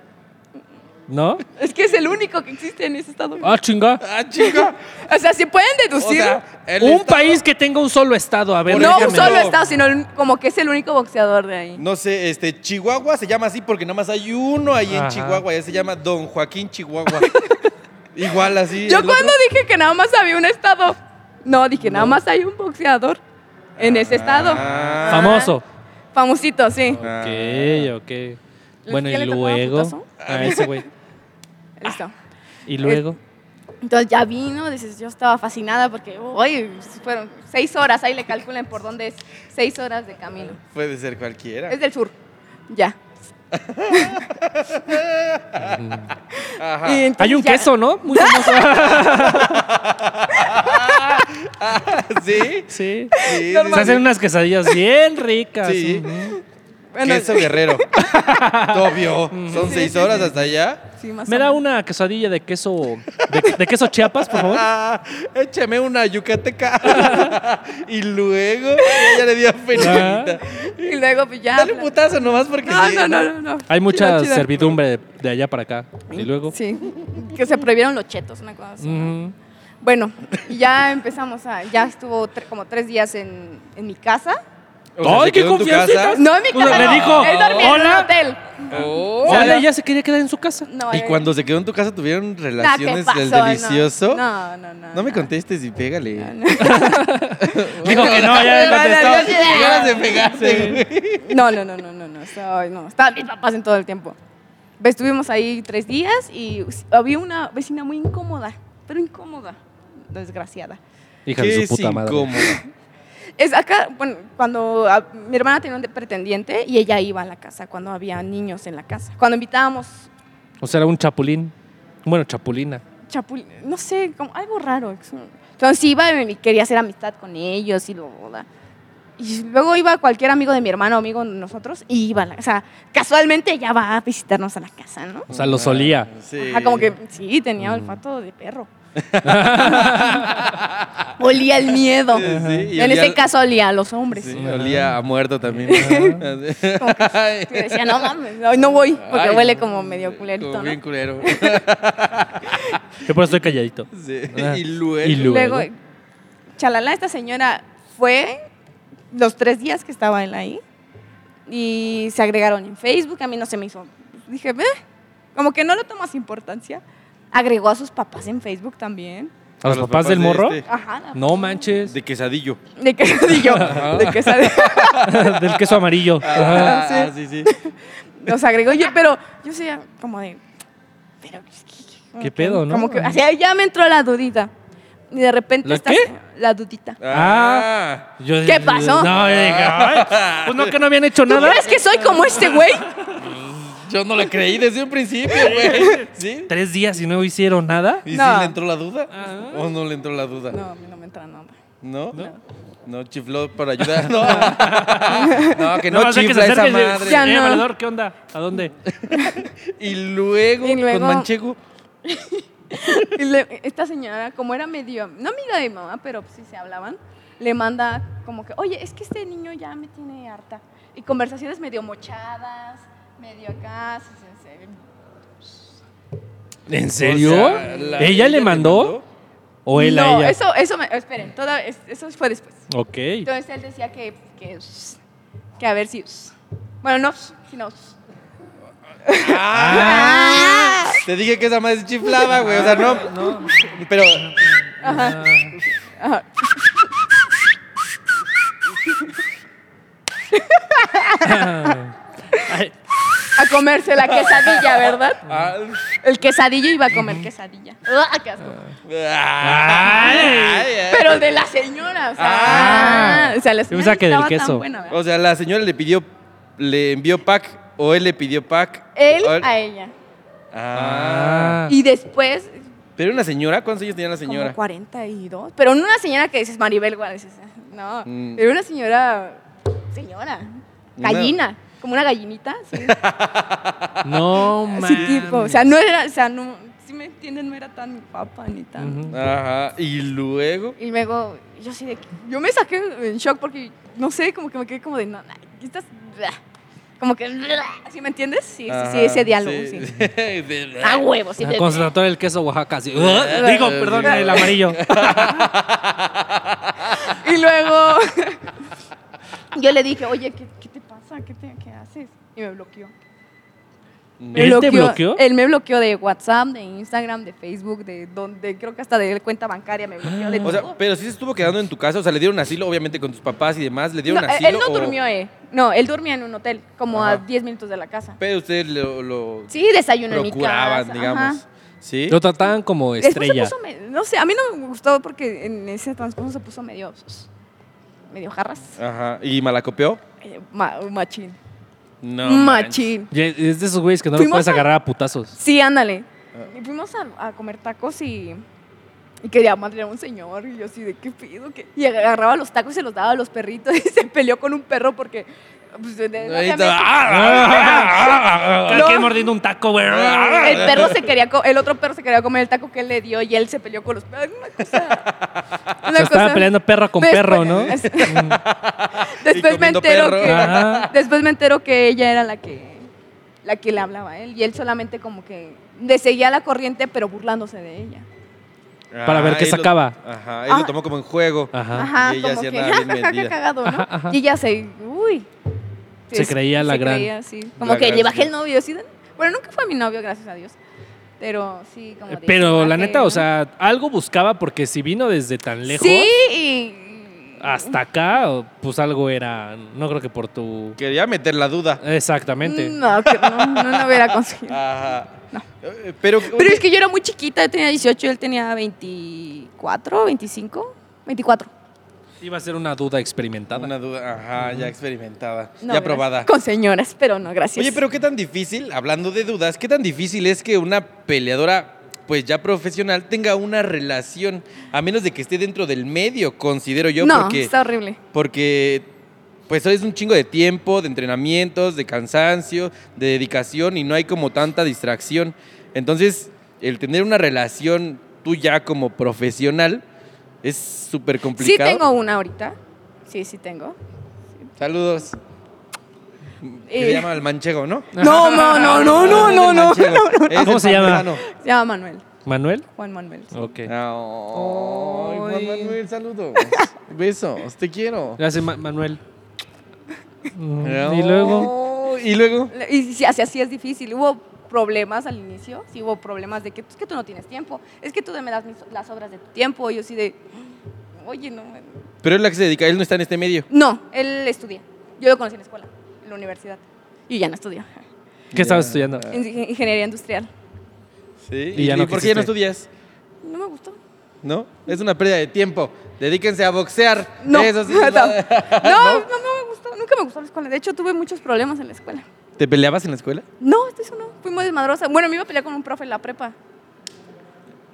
Speaker 1: ¿No?
Speaker 3: Es que es el único que existe en ese estado.
Speaker 1: Ah, chinga.
Speaker 2: Ah, chica.
Speaker 3: O sea, si pueden
Speaker 2: O
Speaker 3: deducir...
Speaker 2: sea, el
Speaker 1: un
Speaker 2: estado-
Speaker 1: país que tenga un solo estado, a ver.
Speaker 2: Por
Speaker 3: no un
Speaker 1: déjame.
Speaker 3: solo estado, sino el- como que es el único boxeador de ahí.
Speaker 2: No sé, este, Chihuahua se llama así porque nada más hay uno ahí en
Speaker 1: Ajá.
Speaker 2: Chihuahua. Ya se llama Don
Speaker 1: <laughs>
Speaker 2: Joaquín Chihuahua. Igual así.
Speaker 3: Yo
Speaker 2: el otro-
Speaker 3: cuando dije que nada más había un estado... No, dije, nada más hay un boxeador en ese estado.
Speaker 2: Ah.
Speaker 1: Famoso.
Speaker 3: Famosito, sí.
Speaker 1: Ok, ok.
Speaker 3: ¿Les-
Speaker 1: Bueno,
Speaker 3: ya
Speaker 1: y Ah,
Speaker 3: le tocaba
Speaker 1: luego.
Speaker 3: putazo?
Speaker 1: A ese güey.
Speaker 3: <laughs> Listo.
Speaker 1: Y luego.
Speaker 3: Entonces ya vino, dices, yo estaba fascinada porque, oye, fueron seis horas, ahí le calculan por dónde es, seis horas de camino.
Speaker 2: Puede ser cualquiera.
Speaker 3: Es del sur, ya.
Speaker 2: Ajá.
Speaker 3: Y entonces
Speaker 1: Hay un
Speaker 3: ya-
Speaker 1: queso, ¿no? Muy famoso.
Speaker 2: <laughs>
Speaker 3: <laughs>
Speaker 2: ¿Sí?
Speaker 1: sí.
Speaker 2: Sí, sí,
Speaker 1: Se hacen
Speaker 2: sí.
Speaker 1: unas quesadillas bien ricas.
Speaker 2: Sí.
Speaker 1: Ujú.
Speaker 3: Bueno,
Speaker 1: <laughs>
Speaker 2: Queso guerrero. Obvio.
Speaker 1: Mm.
Speaker 2: Son seis horas hasta allá.
Speaker 3: sí, más
Speaker 1: Me
Speaker 3: o
Speaker 1: da
Speaker 3: menos.
Speaker 1: una quesadilla de queso de, de queso Chiapas, por favor.
Speaker 2: Ah, <laughs> échame una yucateca. <laughs> y luego ella le dio penita.
Speaker 3: Y luego pues ya...
Speaker 2: Dale un putazo nomás porque.
Speaker 3: no,
Speaker 2: sí.
Speaker 3: no, no, no, no.
Speaker 1: Hay mucha
Speaker 3: Chida, chida.
Speaker 1: servidumbre de, de allá para acá. Y luego.
Speaker 3: Sí, que se prohibieron los chetos, una cosa así.
Speaker 1: Ujú.
Speaker 3: Bueno, y ya empezamos a... Ya estuvo tre- como tres días en, en mi casa.
Speaker 2: O sea,
Speaker 1: Ay,
Speaker 2: se
Speaker 1: qué
Speaker 2: quedó en tu
Speaker 1: confiancita.
Speaker 2: casa.
Speaker 3: No, en mi
Speaker 1: Pues,
Speaker 3: casa
Speaker 1: le
Speaker 3: no,
Speaker 1: dijo,
Speaker 3: él dormía en un
Speaker 1: "Hola".
Speaker 3: hotel.
Speaker 2: Oh.
Speaker 1: O sea, ella se quería quedar en su
Speaker 3: <laughs>
Speaker 1: casa.
Speaker 3: No,
Speaker 2: Y
Speaker 3: él-
Speaker 2: cuando se quedó en tu casa tuvieron
Speaker 3: Nah, ¿qué
Speaker 2: relaciones
Speaker 3: pasó?
Speaker 2: del delicioso. No,
Speaker 3: No, no, no.
Speaker 2: me contestes y pégale.
Speaker 1: Dijo que no, ya
Speaker 3: <laughs>
Speaker 1: le
Speaker 3: Vale,
Speaker 1: contestó.
Speaker 3: Dios,
Speaker 2: Qué <laughs>
Speaker 3: ya.
Speaker 2: ganas de pegarte, güey.
Speaker 3: No, no, no, no, no, no. soy- no. Estaban mis papás en todo el tiempo. Estuvimos ahí tres días y había una vecina muy incómoda, pero incómoda, desgraciada.
Speaker 1: Hija de
Speaker 2: Qué
Speaker 1: su puta madre.
Speaker 2: incómodo.
Speaker 3: Es acá, bueno, cuando ah, mi hermana tenía un de- pretendiente y ella iba a la casa cuando había niños en la casa. Cuando invitábamos
Speaker 1: O sea, era un chapulín. Bueno, chapulina.
Speaker 3: chapul, no sé, como algo raro. es un- Entonces iba y quería hacer amistad con ellos y luego da- Y luego iba cualquier amigo de mi hermano, amigo de nosotros, y iba, a la- o sea, casualmente ya va a visitarnos a la casa, ¿no?
Speaker 1: O sea, lo solía.
Speaker 2: Sí.
Speaker 3: Ajá, como que sí, tenía olfato de perro. <laughs> olía el miedo.
Speaker 2: Sí, sí, y
Speaker 3: en
Speaker 2: olía-
Speaker 3: ese caso olía a los hombres.
Speaker 2: Sí,
Speaker 3: Y
Speaker 2: olía a muerto también. <laughs>
Speaker 3: <laughs> decía, no mames, hoy no voy, porque
Speaker 2: Ay,
Speaker 3: huele como medio culerito,
Speaker 2: como
Speaker 3: ¿no?
Speaker 2: bien culero. <laughs>
Speaker 1: Yo por eso estoy calladito.
Speaker 2: Sí.
Speaker 1: Ah.
Speaker 2: Y luego.
Speaker 1: Y luego.
Speaker 3: Luego, chalala, esta señora fue los tres días que estaba él ahí y se agregaron en Facebook. A mí no se me hizo. Dije, "Eh", como que no lo tomas importancia. Agregó a sus papás en Facebook también.
Speaker 1: ¿A los papás del
Speaker 2: de
Speaker 1: morro?
Speaker 2: este,
Speaker 3: Ajá.
Speaker 1: No manches. <laughs>
Speaker 2: De quesadillo.
Speaker 3: De quesadillo. De quesadillo.
Speaker 1: Del queso amarillo. Ajá.
Speaker 2: Ah, sí, sí.
Speaker 3: Nos agregó yo, pero yo sé como de. Pero, es que- como
Speaker 1: ¿Qué
Speaker 3: que-
Speaker 1: pedo, no?
Speaker 3: Como que. así, ya me entró la dudita. Y de repente.
Speaker 1: ¿La
Speaker 3: esta-
Speaker 1: qué?
Speaker 3: La dudita.
Speaker 1: Ah. Yo-
Speaker 3: ¿Qué pasó?
Speaker 1: No, yo dije, "Ay, pues no, que no habían hecho
Speaker 3: ¿Tú
Speaker 1: nada.
Speaker 3: crees que soy como este güey?
Speaker 2: Yo no la creí desde un principio, güey. ¿Sí?
Speaker 1: Tres días y no hicieron nada.
Speaker 2: ¿Y
Speaker 3: No.
Speaker 2: si le entró la duda? ¿O no le entró la duda?
Speaker 3: No, a mí no me entra nada.
Speaker 2: ¿No? No, chifló para ayudar. No, <laughs> no que no,
Speaker 1: o sea,
Speaker 2: chifla
Speaker 1: se
Speaker 2: esa
Speaker 1: acerque y dice,
Speaker 2: madre.
Speaker 3: Ya.
Speaker 1: "Eh,
Speaker 3: no.
Speaker 1: valedor, ¿qué onda? ¿A dónde?
Speaker 2: Y luego,
Speaker 3: Y luego-
Speaker 2: con Manchego.
Speaker 3: Y le- esta señora, como era medio, no amiga de mi mamá, pero pues sí se hablaban, le manda como que, oye, es que este niño ya me tiene harta. Y conversaciones medio mochadas, medio acá. sí, sí, sí.
Speaker 1: ¿En serio?
Speaker 2: O sea, la-
Speaker 1: ¿Ella le mandó? ¿O él a
Speaker 3: No,
Speaker 1: ella?
Speaker 3: Eso, eso, me- esperen, toda, es- eso fue después.
Speaker 1: Ok.
Speaker 3: Entonces él decía que, que, que a ver si, bueno, no, sino,
Speaker 1: Ah.
Speaker 2: Te dije que esa madre chiflaba, güey. O sea, no. Pero.
Speaker 1: Ay,
Speaker 3: <laughs> a comerse la quesadilla, ¿verdad?
Speaker 2: Ah,
Speaker 3: El quesadillo iba a comer quesadilla. ¡Ah, qué asco!
Speaker 2: ay, ay.
Speaker 3: Pero de la señora, o sea,
Speaker 1: Ah.
Speaker 3: ah, o sea la
Speaker 1: Yo
Speaker 3: señora
Speaker 1: pensaba que del
Speaker 3: estaba tan
Speaker 1: queso.
Speaker 3: buena, ¿verdad?
Speaker 2: O sea, la señora le pidió. Le envió pack. O él le pidió pack.
Speaker 3: Él
Speaker 2: o
Speaker 3: a ella.
Speaker 2: Ah.
Speaker 1: Y-
Speaker 3: Y después,
Speaker 2: Pero una señora, ¿cuántos años tenía la
Speaker 3: como
Speaker 2: señora?
Speaker 3: 42. Pero no una señora que dices Maribel Guardia, dices, ah, no,
Speaker 2: Mm.
Speaker 3: era una señora, señora,
Speaker 2: Una-
Speaker 3: gallina, como una gallinita, sí,
Speaker 1: No,
Speaker 3: así
Speaker 1: mames.
Speaker 3: tipo, o sea, no era, o sea, no, si me entienden, no era tan guapa ni tan...
Speaker 1: Ujú.
Speaker 2: Ajá. Y luego.
Speaker 3: Y luego, yo sí de que- yo me saqué en shock porque, no sé, como que me quedé como de, no, no, ¿qué estás? Como que, ¿sí me entiendes? Sí, sí, sí,
Speaker 2: Ajá,
Speaker 3: ese diálogo, sí.
Speaker 2: <laughs> De-
Speaker 3: A huevo, sí. de-
Speaker 1: Con su doctor el queso Oaxaca. así, Este "Ugh". Digo, perdón, el amarillo.
Speaker 3: Y luego
Speaker 1: <laughs>
Speaker 3: yo le dije, oye, ¿qué, qué te pasa? ¿Qué, te- qué haces? Y me bloqueó.
Speaker 2: Mm.
Speaker 3: Me
Speaker 1: ¿Él te bloqueó?
Speaker 3: Él me bloqueó de WhatsApp, de Instagram, de Facebook, de donde, creo que hasta de cuenta bancaria me bloqueó de
Speaker 2: <gasps> O sea,
Speaker 3: todo.
Speaker 2: pero sí se estuvo quedando en tu casa, o sea, le dieron asilo, obviamente con tus papás y demás, le
Speaker 3: No,
Speaker 2: dieron
Speaker 3: él
Speaker 2: asilo.
Speaker 3: él no
Speaker 2: o-
Speaker 3: durmió, eh. No, él dormía en un hotel, como a
Speaker 2: Ajá.
Speaker 3: 10 minutos de la casa.
Speaker 2: Pero ustedes lo, lo
Speaker 3: Sí, desayuno en mi
Speaker 2: procuraban,
Speaker 3: casa.
Speaker 2: digamos.
Speaker 3: ajá.
Speaker 2: ¿Sí?
Speaker 1: Lo trataban como
Speaker 3: Después se
Speaker 1: estrella.
Speaker 3: puso me- no sé, a mí no me gustó porque en ese transcurso se puso medio, medio jarras.
Speaker 2: Ajá. ¿Y malacopió?
Speaker 3: Eh, ma- machín.
Speaker 2: No.
Speaker 3: machín.
Speaker 1: Y Es de esos güeyes que no lo
Speaker 3: Fuimos
Speaker 1: puedes
Speaker 3: a-
Speaker 1: agarrar a putazos.
Speaker 3: Sí, ándale.
Speaker 2: Ah.
Speaker 3: Y fuimos a, a comer tacos y, y quería madre a un señor. Y yo así, ¿de qué pido? ¿Qué? Y agarraba los tacos y se los daba a los perritos. <laughs> Y se peleó con un perro porque... pues, de- de-
Speaker 2: Ahí está.
Speaker 3: obviamente,
Speaker 1: Cada
Speaker 3: No.
Speaker 1: quien mordiendo un taco, güey.
Speaker 3: Este,
Speaker 2: Ah.
Speaker 3: el perro se quería co- el otro perro se quería comer el taco que él le dio y él se peleó con los perros una cosa una
Speaker 1: Se estaban
Speaker 3: cosa.
Speaker 1: peleando perro con
Speaker 3: <laughs> Después-
Speaker 1: perro, ¿no?
Speaker 3: es-
Speaker 2: Y
Speaker 3: después me
Speaker 2: comiendo
Speaker 3: entero
Speaker 2: perro.
Speaker 3: que
Speaker 1: Ajá.
Speaker 3: después me entero que ella era la que la que le hablaba a él y él solamente como que le seguía la corriente pero burlándose de ella
Speaker 1: Para ver qué
Speaker 2: él Ah, lo-
Speaker 1: sacaba.
Speaker 2: ajá. Él lo
Speaker 3: Ah.
Speaker 2: tomó como en juego.
Speaker 1: Ajá.
Speaker 3: ajá
Speaker 2: Ah, Y ella
Speaker 3: como
Speaker 2: sí
Speaker 3: que
Speaker 2: andaba
Speaker 3: <laughs>
Speaker 2: bien
Speaker 3: "Ja, ja, ja, qué
Speaker 2: metida".
Speaker 3: cagado no
Speaker 1: Ajá, ajá.
Speaker 3: y ella se uy
Speaker 1: Se creía la
Speaker 3: se
Speaker 1: gran.
Speaker 3: creía, sí. como
Speaker 2: La
Speaker 3: que
Speaker 2: gran
Speaker 3: le bajé el
Speaker 2: señora.
Speaker 3: novio ¿sí? bueno nunca fue mi novio gracias a Dios pero sí como "Ah, de,
Speaker 1: Pero la
Speaker 3: "Bajé,
Speaker 1: neta,
Speaker 3: ¿no?".
Speaker 1: o sea, algo buscaba porque si vino desde tan lejos
Speaker 3: Sí, y-
Speaker 2: Ah,
Speaker 1: hasta acá, pues algo era. No creo que por tu.
Speaker 2: Quería meter la duda.
Speaker 1: Exactamente.
Speaker 3: mm, No, que no, no, no hubiera
Speaker 2: <laughs>
Speaker 3: conseguido.
Speaker 2: Ajá. Eh, Pero,
Speaker 3: Pero es que yo era muy chiquita, yo tenía 18, él tenía 24, 25, 24.
Speaker 1: Iba a ser una duda experimentada.
Speaker 2: Una duda, ajá, ya experimentada,
Speaker 3: No,
Speaker 2: ya
Speaker 3: gracias.
Speaker 2: probada.
Speaker 3: Con señoras, pero no, gracias.
Speaker 2: Oye, pero qué tan difícil, hablando de dudas, qué tan difícil es que una peleadora, pues ya profesional, tenga una relación, a menos de que esté dentro del medio, considero yo,
Speaker 3: no,
Speaker 2: porque,
Speaker 3: está horrible.
Speaker 2: porque pues es un chingo de tiempo, de entrenamientos, de cansancio, de dedicación y no hay como tanta distracción. Entonces, el tener una relación tú ya como profesional es súper
Speaker 3: Sí
Speaker 2: complicado.
Speaker 3: tengo una ahorita. Sí, sí tengo.
Speaker 2: Saludos. Que
Speaker 3: Eh.
Speaker 2: se llama el manchego, ¿no? Ah,
Speaker 3: No,
Speaker 2: <laughs>
Speaker 3: no, no, no, no, no, no,
Speaker 2: Es el
Speaker 3: no, no.
Speaker 2: manchego. Es
Speaker 1: ¿Cómo
Speaker 2: el
Speaker 1: se llama?
Speaker 2: pamplano.
Speaker 3: Se llama Manuel,
Speaker 1: ¿Manuel?
Speaker 3: Juan Manuel.
Speaker 2: Oh.
Speaker 1: Ok.
Speaker 2: Ay, Juan
Speaker 3: Ay.
Speaker 2: Manuel, saludos. <laughs> Besos, te quiero.
Speaker 1: Gracias, Ma- Manuel. Mm, Y luego.
Speaker 2: Ay, Y luego.
Speaker 3: Le- Y sí, así, así es difícil. Hubo problemas al inicio, sí hubo problemas de que es que tú no tienes tiempo, es que tú me das mis- las obras de tu tiempo, y yo sí de, oye, no,
Speaker 2: Pero es la que se dedica, él no está en este medio.
Speaker 3: No, él estudia. Yo lo conocí en la escuela, en la universidad. Y ya no estudió.
Speaker 1: ¿Qué estabas estudiando?
Speaker 3: En Inge- Ingeniería industrial.
Speaker 2: Sí.
Speaker 1: Y ya no
Speaker 2: por qué ya
Speaker 1: quisiste.
Speaker 2: no estudias?
Speaker 3: No me gustó.
Speaker 2: ¿No? Es una pérdida de tiempo. Dedíquense a boxear.
Speaker 3: No. <laughs>
Speaker 2: Eso sí.
Speaker 3: no, no, no, no me gustó. Nunca me gustó la escuela. De hecho, tuve muchos problemas en la escuela.
Speaker 2: ¿Te peleabas en la <laughs> escuela?
Speaker 3: No, esto eso no. Fui muy desmadrosa. Bueno, me iba a pelear con un profe en la prepa.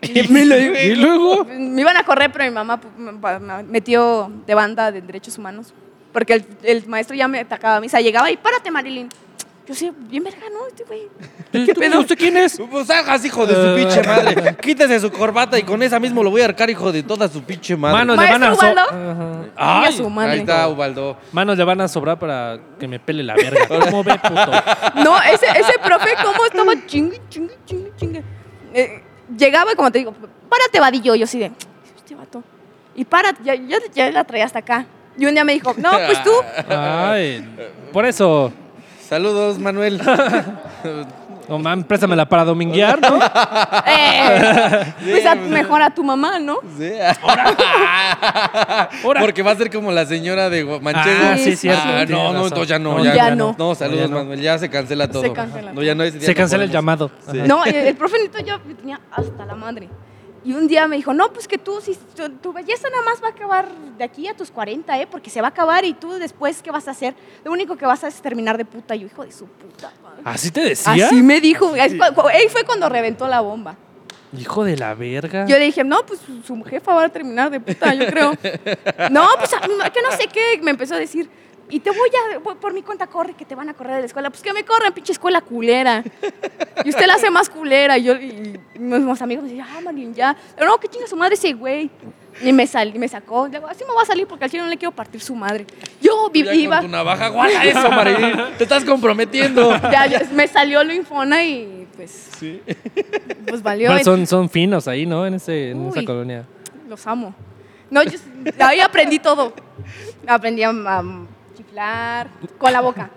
Speaker 1: ¿Y luego?
Speaker 3: Me iban a correr, pero mi mamá pu- me- pa- me metió de banda de derechos humanos. Porque el, el maestro ya me atacaba a misa. Llegaba y párate, Marilyn. Yo sí, bien verga, ¿no? Este güey.
Speaker 1: ¿Tú- ¿Usted quién es?
Speaker 2: Pues salgas, hijo de su pinche
Speaker 1: <laughs>
Speaker 2: madre. Quítese su corbata y con esa mismo lo voy a arcar, hijo de toda su pinche madre.
Speaker 1: Manos le
Speaker 3: Maestro
Speaker 1: van a so-
Speaker 3: Ubaldo.
Speaker 1: Ajá.
Speaker 3: Ay,
Speaker 2: Ay,
Speaker 3: a su madre.
Speaker 2: Ahí está, Ubaldo.
Speaker 1: Manos le van a sobrar para que me pele la verga. ¿Cómo ve, puto?
Speaker 3: No, ese, ese profe, ¿cómo estaba chingue, chingue, chingue, chingue? Eh, llegaba y como te digo, párate, vadillo. Yo así de, este vato. Y párate, ya, ya, ya la traía hasta acá. Y un día me dijo, no, pues tú.
Speaker 1: Ay, por eso. <laughs>
Speaker 2: Saludos, Manuel.
Speaker 1: No mames, préstamela para dominguear, ¿no?
Speaker 3: eh, pues a-
Speaker 2: Sí, pues,
Speaker 3: mejor a tu mamá, ¿no?
Speaker 2: Sí. <laughs>
Speaker 1: Ahora.
Speaker 2: Porque va a ser como la señora de Gua- Manchego.
Speaker 1: Ah,
Speaker 3: sí, cierto,
Speaker 2: Ah,
Speaker 1: tiene
Speaker 2: no, no,
Speaker 1: razón.
Speaker 2: entonces ya no.
Speaker 1: No,
Speaker 2: ya,
Speaker 3: ya
Speaker 2: no.
Speaker 3: no.
Speaker 2: saludos,
Speaker 1: Ya no.
Speaker 2: Manuel. Ya se cancela todo.
Speaker 3: cancela.
Speaker 2: No, ya no, ese día
Speaker 1: Se
Speaker 2: no
Speaker 1: cancela el
Speaker 2: podemos.
Speaker 1: llamado.
Speaker 2: Sí.
Speaker 1: Ajá.
Speaker 3: No, el, el profe Nito yo tenía hasta la madre. Y un día me dijo, no, pues que tú, si, tu, tu belleza nada más va a acabar de aquí a tus 40, ¿eh? Porque se va a acabar y tú después, ¿qué vas a hacer? Lo único que vas a hacer es terminar de puta. Y yo, hijo de su puta madre.
Speaker 1: ¿Así te decía?
Speaker 3: Así me dijo. Es cu- cu- Él fue cuando reventó la bomba.
Speaker 1: Hijo de la verga.
Speaker 3: Yo le dije, no, pues su- su jefa va a terminar de puta, yo creo. no, pues a- que no sé qué. Me empezó a decir, y te voy a, voy- por mi cuenta corre, que te van a correr de la escuela. Pues que me corran, pinche escuela culera. Y usted la hace más culera. Y yo, y mis mis amigos me decían, ah, Marilyn, ya. Pero no, que chinga su madre ese güey. Y me, sal, y me sacó. Le digo, así me voy a salir porque al chile no le quiero partir su madre. Yo vi-
Speaker 2: Ya
Speaker 3: iba.
Speaker 2: con tu navaja, guarda eso,
Speaker 1: <laughs>
Speaker 2: Marilyn. Te estás comprometiendo.
Speaker 3: Ya, ya, me salió lo infona y pues. Pues valió.
Speaker 1: Pero son, son finos ahí, ¿no? En, ese, en esa
Speaker 3: Uy.
Speaker 1: colonia.
Speaker 3: Los amo. No, yo, ahí aprendí todo. Aprendí a, a chiflar con la boca.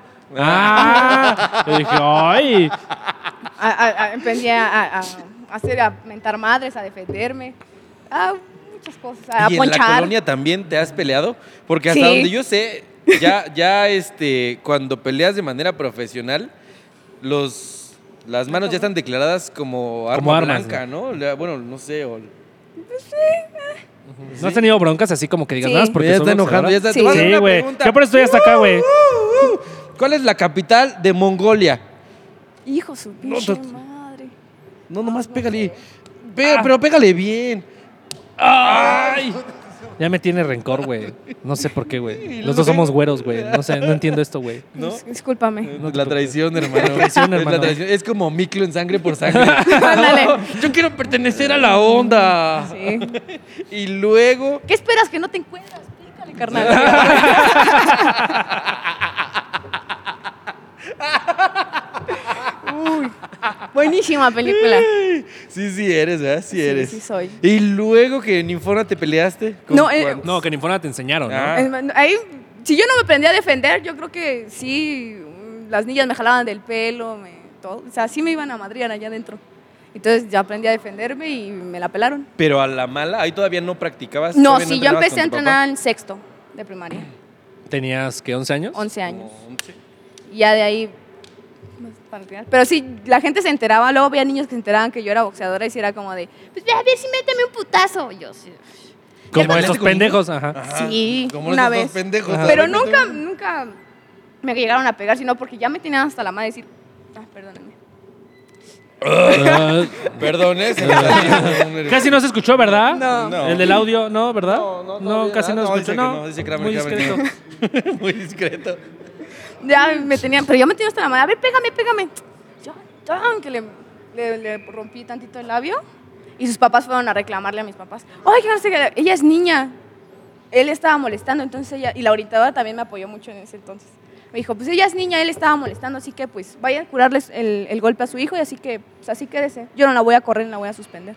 Speaker 1: ¡Ah! Yo dije, ¡ay!
Speaker 3: A- a- a- aprendí a, a- a hacer, a mentar madres, a defenderme, a muchas cosas, a
Speaker 2: ¿Y en la
Speaker 3: ponchar.
Speaker 2: colonia también te has peleado? Porque hasta
Speaker 3: Sí.
Speaker 2: donde yo sé, ya, ya este, cuando peleas de manera profesional, los Las manos ya están declaradas como arma
Speaker 1: Como armas,
Speaker 2: blanca, ¿no? Le- Bueno, no sé. o-
Speaker 1: ¿No has tenido broncas así como que digas
Speaker 3: Sí.
Speaker 1: nada? más Porque
Speaker 2: ya
Speaker 1: son
Speaker 2: está enojando, ya está.
Speaker 3: Sí.
Speaker 2: te voy a hacer
Speaker 1: Sí,
Speaker 2: una
Speaker 1: güey.
Speaker 2: pregunta.
Speaker 1: Yo por eso estoy hasta acá, güey.
Speaker 2: Uh, uh. ¿Cuál es la capital de Mongolia?
Speaker 3: Hijo su pinche
Speaker 2: no-
Speaker 3: madre.
Speaker 2: No, nomás pégale.
Speaker 3: Ah.
Speaker 2: Pe- Pero pégale bien.
Speaker 1: ¡Ay! Ya me tiene rencor, güey. No sé por qué, güey. Los dos somos güeros, güey. No sé, no entiendo esto, güey.
Speaker 2: ¿No? Eh.
Speaker 3: Dis- Discúlpame.
Speaker 2: la traición, hermano. <laughs>
Speaker 1: traición,
Speaker 2: Es
Speaker 1: hermano.
Speaker 2: traición. Es como miclo en sangre por
Speaker 3: <laughs>
Speaker 2: sangre. <laughs>
Speaker 3: <laughs> Ándale.
Speaker 2: Yo quiero pertenecer a la onda.
Speaker 3: Sí.
Speaker 2: Y luego.
Speaker 3: ¿Qué esperas que no te encuentras?
Speaker 2: <laughs>
Speaker 3: Explícale, carnal. Uy, buenísima película.
Speaker 2: Sí, sí eres, ¿verdad? Sí,
Speaker 3: Sí,
Speaker 2: eres.
Speaker 3: sí soy.
Speaker 2: Y luego que en Infona te peleaste. ¿con
Speaker 3: No, eh,
Speaker 2: cuál?
Speaker 1: No, que ni fuera te enseñaron, ¿no?
Speaker 2: Ah.
Speaker 3: Es más, Ahí, si yo no me aprendí a defender, yo creo que sí, mm, las niñas me jalaban del pelo, me, todo. O sea, sí me iban a madrear allá adentro. Entonces ya aprendí a defenderme y me la pelaron.
Speaker 2: Pero a la mala, ahí todavía no practicabas.
Speaker 3: No,
Speaker 2: todavía
Speaker 3: sí, yo
Speaker 2: entrenabas
Speaker 3: empecé a
Speaker 2: con tu
Speaker 3: entrenar en sexto de primaria,
Speaker 1: Tenías, ¿qué? ¿11 años?
Speaker 3: 11
Speaker 2: papá.
Speaker 3: años.
Speaker 2: No, sí.
Speaker 3: Y ya de ahí. pues, para el final. Pero sí, la gente se enteraba, luego había niños que se enteraban que yo era boxeadora y sí era como de, pues ve a ver si méteme un putazo. Y yo sí.
Speaker 1: Como
Speaker 2: ¿Peleaste
Speaker 1: estos
Speaker 2: con
Speaker 1: pendejos, ajá.
Speaker 2: Ajá,
Speaker 3: Sí,
Speaker 2: como
Speaker 3: una
Speaker 2: esos dos
Speaker 3: vez.
Speaker 2: pendejos,
Speaker 1: Ajá.
Speaker 2: Ah, de
Speaker 3: Pero
Speaker 2: repente,
Speaker 3: nunca, nunca me llegaron a pegar, sino porque ya me tenían hasta la madre decir, ah, perdónenme.
Speaker 1: Ah,
Speaker 2: Perdón,
Speaker 3: <laughs>
Speaker 2: ¿eh? Se me
Speaker 1: <laughs>
Speaker 2: salió.
Speaker 1: Casi no se escuchó, ¿verdad?
Speaker 3: No.
Speaker 2: No.
Speaker 1: El del audio, ¿no? ¿Verdad?
Speaker 2: No, no, todavía,
Speaker 1: casi no,
Speaker 2: ¿verdad?
Speaker 1: se
Speaker 2: No,
Speaker 1: escuchó.
Speaker 2: dice que
Speaker 1: No,
Speaker 2: no, dice que era
Speaker 1: muy
Speaker 2: americano.
Speaker 1: discreto.
Speaker 2: <laughs> Muy discreto.
Speaker 3: Ya me tenían, pero ya me tenían hasta la madre, a ver, pégame, pégame. Yo, yo, aunque le, le- le rompí tantito el labio y sus papás fueron a reclamarle a mis papás. Oye, no sé qué, ella es niña. Él estaba molestando, entonces ella, y la orientadora también me apoyó mucho en ese entonces. Me dijo, pues ella es niña, él estaba molestando, así que pues vayan a curarles el, el golpe a su hijo y así que, pues así quédese. Yo no la voy a correr, ni la voy a suspender.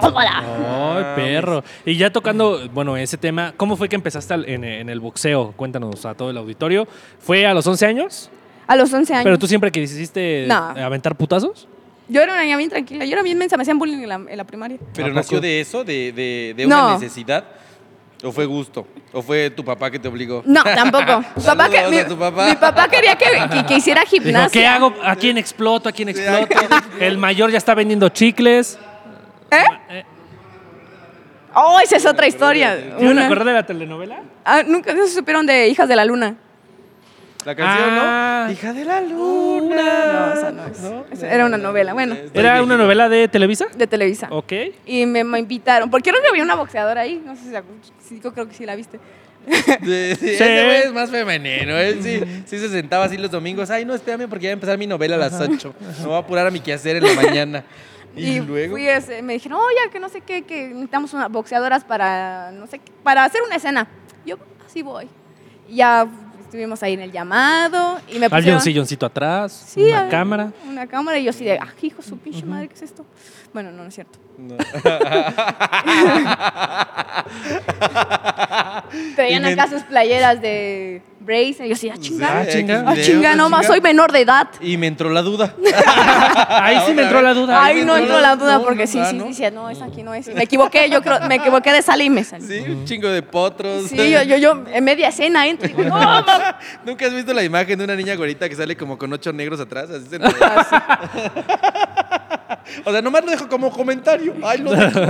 Speaker 3: ¡Tómala!
Speaker 1: Ay,
Speaker 2: Ah,
Speaker 1: perro.
Speaker 2: pues.
Speaker 1: Y ya tocando, bueno, ese tema, ¿cómo fue que empezaste al- en, en el boxeo? Cuéntanos a todo el auditorio. ¿Fue a los 11 años?
Speaker 3: A los 11 años.
Speaker 1: ¿Pero tú siempre quisiste
Speaker 3: No.
Speaker 1: aventar putazos?
Speaker 3: Yo era una niña bien tranquila, yo era bien mensa, me hacían bullying en la, en la primaria.
Speaker 1: ¿A
Speaker 2: ¿Pero
Speaker 1: poco?
Speaker 2: nació de eso? ¿De, de, de una
Speaker 3: No.
Speaker 2: necesidad? ¿O fue gusto? ¿O fue tu papá que te obligó?
Speaker 3: No,
Speaker 2: <laughs>
Speaker 3: tampoco. Mi papá, que-
Speaker 2: Saludos
Speaker 3: mi,
Speaker 2: a tu papá.
Speaker 3: mi papá quería que, que- que hiciera
Speaker 1: Dijo,
Speaker 3: gimnasia.
Speaker 1: ¿qué hago? ¿A quién exploto? ¿A quién
Speaker 2: Sí,
Speaker 1: exploto?
Speaker 2: <laughs>
Speaker 1: El mayor ya está vendiendo chicles.
Speaker 3: ¿Eh? Oh, esa es otra historia.
Speaker 1: ¿Yo me
Speaker 3: Una-
Speaker 1: acordé de la telenovela?
Speaker 3: Ah, Nunca no se supieron de Hijas de la Luna.
Speaker 2: La canción,
Speaker 1: Ah.
Speaker 2: ¿no? Hija de la luna. Este,
Speaker 3: No, esa no es. Esa Era una novela, bueno,
Speaker 2: Estoy
Speaker 1: ¿Era
Speaker 2: viejito.
Speaker 1: una novela de Televisa?
Speaker 3: de Televisa.
Speaker 1: Ok.
Speaker 3: Y me, me invitaron, porque creo que había una boxeadora ahí, no sé si, la- sí, yo creo que sí la viste.
Speaker 1: <laughs>
Speaker 2: Sí, sí, Ese güey es más femenino. Él sí, sí se sentaba así los domingos. Ay, no, espérame porque ya va a empezar mi novela a las 8. No voy a apurar a mi quehacer en la
Speaker 3: <laughs>
Speaker 2: mañana. Y, luego.
Speaker 3: fui, este, me dijeron, oye, que no sé qué, que necesitamos unas boxeadoras para, no sé, qué, para hacer una escena. Yo, así voy. Y ya estuvimos ahí en el llamado y me
Speaker 1: Había
Speaker 3: pusieron...
Speaker 1: un silloncito atrás,
Speaker 3: Sí, ah.
Speaker 1: una
Speaker 3: a-
Speaker 1: cámara.
Speaker 3: Una cámara y yo así de, ah, hijo, su pinche madre, ¿qué es esto? Bueno, no, no es cierto.
Speaker 2: No.
Speaker 3: <laughs> Traían
Speaker 2: Y me-
Speaker 3: acá sus playeras de Brace y yo así, ah, chinga,
Speaker 1: Ah, chinga. Ah,
Speaker 2: pues, X
Speaker 3: ah,
Speaker 2: video,
Speaker 3: chinga, no más, soy menor de edad.
Speaker 2: Y me entró la
Speaker 3: <laughs>
Speaker 2: duda.
Speaker 1: Ahí sí me entró la duda.
Speaker 3: Ay,
Speaker 2: me
Speaker 3: no
Speaker 2: entró
Speaker 3: entró
Speaker 2: la-
Speaker 3: la duda
Speaker 2: no,
Speaker 3: porque
Speaker 2: no,
Speaker 3: sí,
Speaker 2: ah,
Speaker 3: sí,
Speaker 2: no.
Speaker 3: sí, no, es aquí, no es. Me equivoqué, yo creo, me equivoqué de sal y me salí.
Speaker 2: Sí, un chingo de potros.
Speaker 3: Sí, yo, yo, yo en media escena entro y digo, no,
Speaker 2: <laughs>
Speaker 3: mamá.
Speaker 2: ¿Nunca has visto la imagen de una niña güerita que sale como con ocho negros atrás? Así se- o sea, nomás lo dejo como comentario. Ay, lo dejo.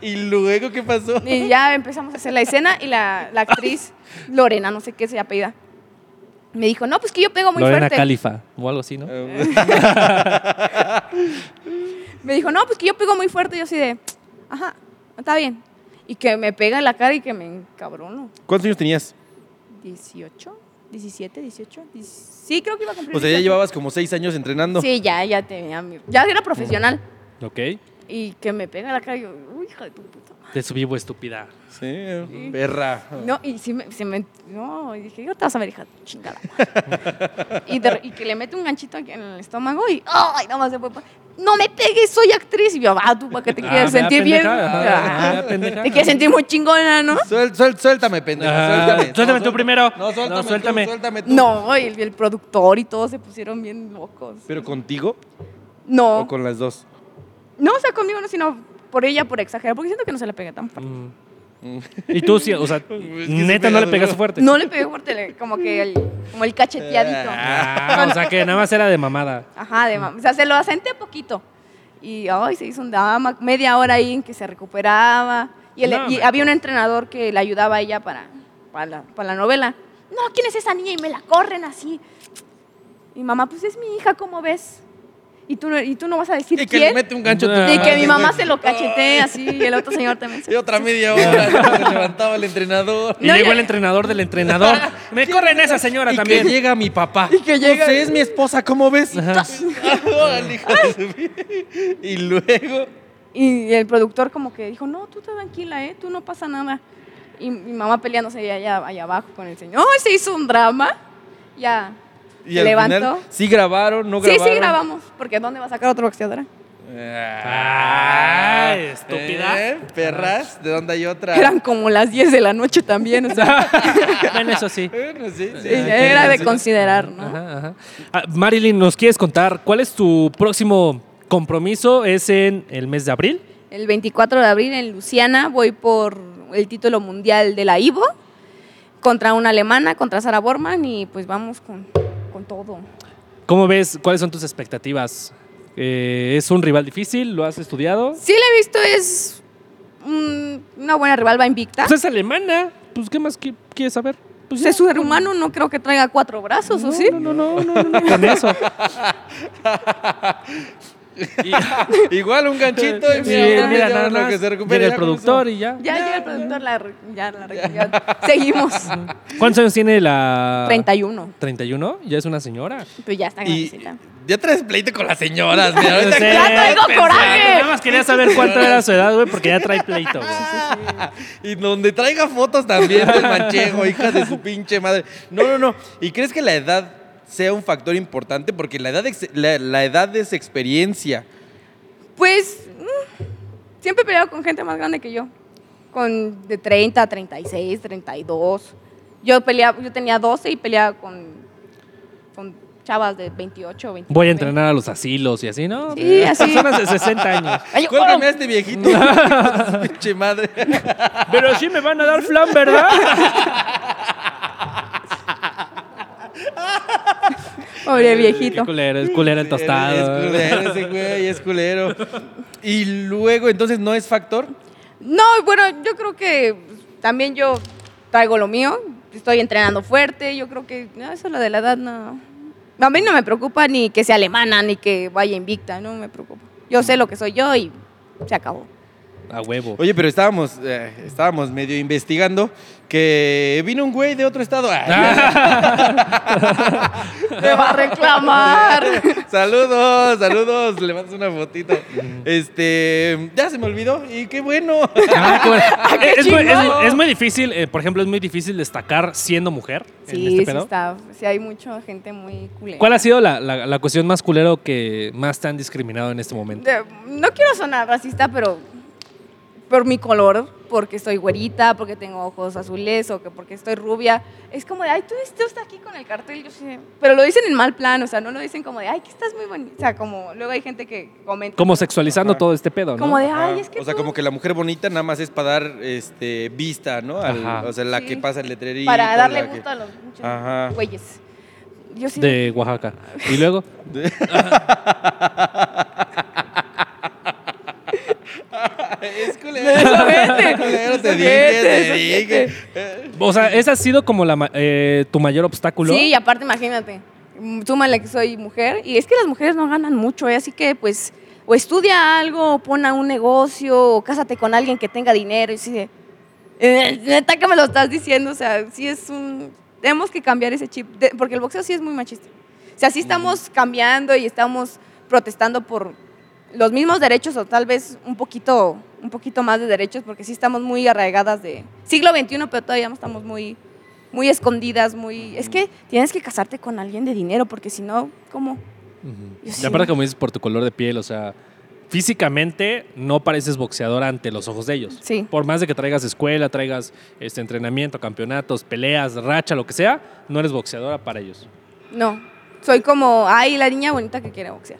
Speaker 2: ¿Y luego qué pasó?
Speaker 3: Y ya empezamos a hacer la escena y la, la actriz, Lorena, no sé qué se apellida, me dijo, no, pues que yo pego muy
Speaker 1: Lorena
Speaker 3: fuerte.
Speaker 1: Califa o algo así, ¿no?
Speaker 3: Me dijo, no, pues que yo pego muy fuerte. Y yo así de, ajá, está bien. Y que me pega en la cara y que me encabrono.
Speaker 2: ¿Cuántos años tenías?
Speaker 3: 18, 17, 18. 10 Sí, creo que iba a cumplir.
Speaker 2: O sea, ya
Speaker 3: 18.
Speaker 2: llevabas como seis años entrenando.
Speaker 3: Sí, ya, ya tenía mi- Ya era profesional.
Speaker 1: Ok.
Speaker 3: Y que me pega en la cara y yo, uy, hija de tu puta madre.
Speaker 1: Te subí, güey, estúpida.
Speaker 2: Sí, perra.
Speaker 3: No, y sí me, se me, no, y dije, yo te vas a ver, hija, de tu chingada. madre". y, de- y que le mete un ganchito aquí en el estómago y, ay, nada más se fue. pa- No me pegues, soy actriz. Y yo, ah, tú, ¿para qué te quieres sentir bien? Ah, te quieres sentir muy chingona, ¿no?
Speaker 2: Suel- suel- suéltame, pendeja. Ah, suéltame. No,
Speaker 1: suéltame tú primero.
Speaker 2: No, suéltame.
Speaker 1: No,
Speaker 2: tú,
Speaker 1: suéltame.
Speaker 2: suéltame tú.
Speaker 3: No, y el, el productor y todos se pusieron bien locos.
Speaker 2: ¿Pero contigo
Speaker 3: No,
Speaker 2: o con las dos?
Speaker 3: no, o sea, conmigo no, sino por ella, por exagerar, porque siento que no se le pega tan fuerte.
Speaker 1: Mm. Y tú sí, o sea,
Speaker 2: Pues, que sí
Speaker 1: neta no
Speaker 2: pega
Speaker 1: le pegas
Speaker 2: duro.
Speaker 1: fuerte.
Speaker 3: No le pegué fuerte, le- como que el, como el cacheteadito.
Speaker 1: Ah, o sea que nada más era de mamada.
Speaker 3: Ajá, de mam- O sea, se lo asenté poquito. Y ay, se hizo un dama, media hora ahí en que se recuperaba. Y, el-
Speaker 1: No,
Speaker 3: y
Speaker 1: hombre.
Speaker 3: había un entrenador que le ayudaba a ella para, para, la, para la novela. No, ¿quién es esa niña? Y me la corren así. Y mamá, pues es mi hija, ¿cómo ves? Y tú, no- y tú no vas a decir
Speaker 2: Y que le
Speaker 3: quién.
Speaker 2: mete un gancho a tu
Speaker 1: Ah.
Speaker 3: y que
Speaker 2: madre,
Speaker 3: mi mamá
Speaker 2: güey.
Speaker 3: se lo cachetea así y el otro señor también se
Speaker 2: Y otra media <laughs> hora se levantaba el entrenador.
Speaker 1: Y
Speaker 3: No,
Speaker 1: llegó
Speaker 3: ya-
Speaker 1: el entrenador del
Speaker 3: <laughs>
Speaker 1: entrenador. Me corren esa señora
Speaker 2: y
Speaker 1: también.
Speaker 2: que llega mi papá.
Speaker 3: Y que
Speaker 2: No
Speaker 3: llega-
Speaker 1: Pues
Speaker 2: sé, es mi esposa, ¿cómo ves? <laughs>
Speaker 1: Ajá.
Speaker 2: Órale, hija de su- y luego.
Speaker 3: Y el productor como que dijo, no, tú estás tranquila, ¿eh? Tú no pasa nada. Y mi mamá peleándose allá, allá abajo con el señor. ¡Ay, se hizo un drama! Ya.
Speaker 2: Y
Speaker 3: se
Speaker 2: al
Speaker 3: levantó.
Speaker 2: final, sí grabaron, no
Speaker 3: sí,
Speaker 2: grabaron.
Speaker 3: sí, grabamos. Porque ¿dónde va a sacar otra boxeadora?
Speaker 1: Ah, estúpida.
Speaker 2: ¿Eh? Perras, ¿de dónde hay otra?
Speaker 3: Eran como las 10 de la noche también.
Speaker 2: <laughs>
Speaker 3: O sea,
Speaker 1: <laughs> Bueno, eso sí.
Speaker 2: Bueno, sí, sí.
Speaker 3: era de considerar, ¿no?
Speaker 1: Ajá, ajá. Ah, Marilyn, ¿nos quieres contar cuál es tu próximo compromiso? ¿Es en el mes de abril?
Speaker 3: El 24 de abril en Luciana voy por el título mundial de la Ivo contra una alemana, contra Sara Borman y pues vamos con, con todo.
Speaker 1: ¿Cómo ves? ¿Cuáles son tus expectativas? Eh, ¿Es un rival difícil? ¿Lo has estudiado?
Speaker 3: Sí, la he visto, es un- una buena rival, va invicta.
Speaker 1: Pues es alemana. Pues, ¿qué más qui- quieres saber? Pues
Speaker 3: Pues es un humano, no creo que traiga cuatro brazos, ¿o sí?
Speaker 1: No, no, no, no, no, no, con eso.
Speaker 2: Igual un ganchito y mira,
Speaker 1: Sí,
Speaker 2: una media
Speaker 1: Eh, mira,
Speaker 2: hora
Speaker 1: nada
Speaker 2: en lo
Speaker 1: más,
Speaker 2: que se recupere
Speaker 1: llega el
Speaker 2: ya con eso.
Speaker 1: productor y ya.
Speaker 3: Ya llega el productor, la, re- ya la re- ya- Seguimos.
Speaker 1: ¿Cuántos años tiene la...?
Speaker 3: 31.
Speaker 1: ¿31? Ya es una señora.
Speaker 3: Pues ya está
Speaker 2: Y
Speaker 3: grandecita.
Speaker 2: ya traes pleito con las señoras,
Speaker 3: <laughs>
Speaker 2: mira, ahorita
Speaker 1: Sí.
Speaker 3: ¡Ya traigo coraje!
Speaker 1: Nada más quería saber cuánto era su edad, güey, porque ya trae pleito, güey.
Speaker 2: Y donde traiga fotos también del manchego, hija de su pinche madre. No, no, no. ¿Y crees que la edad sea un factor importante? Porque la edad, ex- la, la edad es experiencia.
Speaker 3: Pues mm, siempre he peleado con gente más grande que yo. Con de 30, 36, 32. Yo peleaba, yo tenía 12 y peleaba con, con chavas de 28, 29.
Speaker 1: Voy a entrenar a los asilos y así, ¿no?
Speaker 3: Sí, así.
Speaker 1: Personas de 60 años.
Speaker 3: Ay,
Speaker 2: Cuélgame a
Speaker 3: oh,
Speaker 2: este
Speaker 3: <laughs>
Speaker 2: viejito, hija de su pinche madre.
Speaker 1: Pero sí me van a dar flan, ¿verdad?
Speaker 3: <laughs> pobre
Speaker 1: Qué
Speaker 3: viejito.
Speaker 1: culero, es culero el
Speaker 2: Es
Speaker 1: tostado. ¿eh?
Speaker 2: culero ese güey, es
Speaker 1: <laughs>
Speaker 2: culero. Y luego, entonces, ¿no es factor?
Speaker 3: No, bueno, yo creo que también yo traigo lo mío. Estoy entrenando fuerte. Yo creo que no, eso lo de la edad no. A mí no me preocupa ni que sea alemana ni que vaya invicta. No me preocupa. Yo sé lo que soy yo y se acabó.
Speaker 1: A huevo.
Speaker 2: Oye, pero estábamos, eh, estábamos medio investigando que vino un güey de otro estado. Ah,
Speaker 3: <laughs> Me va a reclamar.
Speaker 2: Saludos, saludos. Le mandas una fotito. Este, ya se me olvidó y qué bueno.
Speaker 1: Ah,
Speaker 3: <laughs>
Speaker 1: qué bueno. es, es muy- es-
Speaker 2: chingón.
Speaker 1: es muy difícil, eh, por ejemplo, es muy difícil destacar siendo mujer en
Speaker 3: <laughs> Sí,
Speaker 1: este
Speaker 3: sí
Speaker 1: pedo.
Speaker 3: está. Sí hay mucha gente muy culera.
Speaker 1: ¿Cuál ha sido la, la- la cuestión más culero que más te han discriminado en este momento?
Speaker 3: De- Eh, no quiero sonar racista, pero por mi color, porque soy güerita, porque tengo ojos azules o que porque estoy rubia. Es como de, ay, tú, tú estás aquí con el cartel. Yo sí. Pero lo dicen en mal plan, o sea, no lo dicen como de, ay, que estás muy bonita. O sea, como luego hay gente que comenta.
Speaker 1: Como sexualizando todo este pedo, ¿no?
Speaker 3: Como de, ay,
Speaker 2: Ah,
Speaker 3: es que.
Speaker 2: o sea,
Speaker 3: tú-
Speaker 2: como que la mujer bonita nada más es para dar este, vista, ¿no? Al-
Speaker 1: Ajá.
Speaker 2: o sea, la
Speaker 3: Sí.
Speaker 2: que pasa el letrerito.
Speaker 3: Para darle
Speaker 2: la que-
Speaker 3: gusto a los muchos
Speaker 2: Ajá.
Speaker 3: güeyes. Yo sí.
Speaker 1: De Oaxaca. Y luego,
Speaker 2: Es culero.
Speaker 3: Vete,
Speaker 2: culero, te dije,
Speaker 3: vete,
Speaker 2: te
Speaker 3: vete.
Speaker 2: dije.
Speaker 1: o sea, ese ha sido como la, ma- eh, tu mayor obstáculo.
Speaker 3: Sí, y aparte, imagínate, mm, súmale que soy mujer, y es que las mujeres no ganan mucho, ¿eh? así que pues, o estudia algo, o pon a un negocio, o cásate con alguien que tenga dinero, y así de, eh, neta que me lo estás diciendo, o sea, sí es un, tenemos que cambiar ese chip, de- porque el boxeo sí es muy machista. O sea, sí estamos cambiando y estamos protestando por los mismos derechos o tal vez un poquito, un poquito más de derechos, porque sí estamos muy arraigadas de siglo XXI, pero todavía no estamos muy, muy escondidas, muy... Es que tienes que casarte con alguien de dinero, porque si no, ¿cómo?
Speaker 1: Ujú.
Speaker 3: <laughs> Yo
Speaker 1: Y
Speaker 3: sí.
Speaker 1: aparte, como dices, por tu color de piel, o sea, físicamente no pareces boxeadora ante los ojos de ellos.
Speaker 3: Sí.
Speaker 1: Por más de que traigas escuela, traigas este entrenamiento, campeonatos, peleas, racha, lo que sea, no eres boxeadora para ellos.
Speaker 3: No, soy como, ay, la niña bonita que quiere boxear.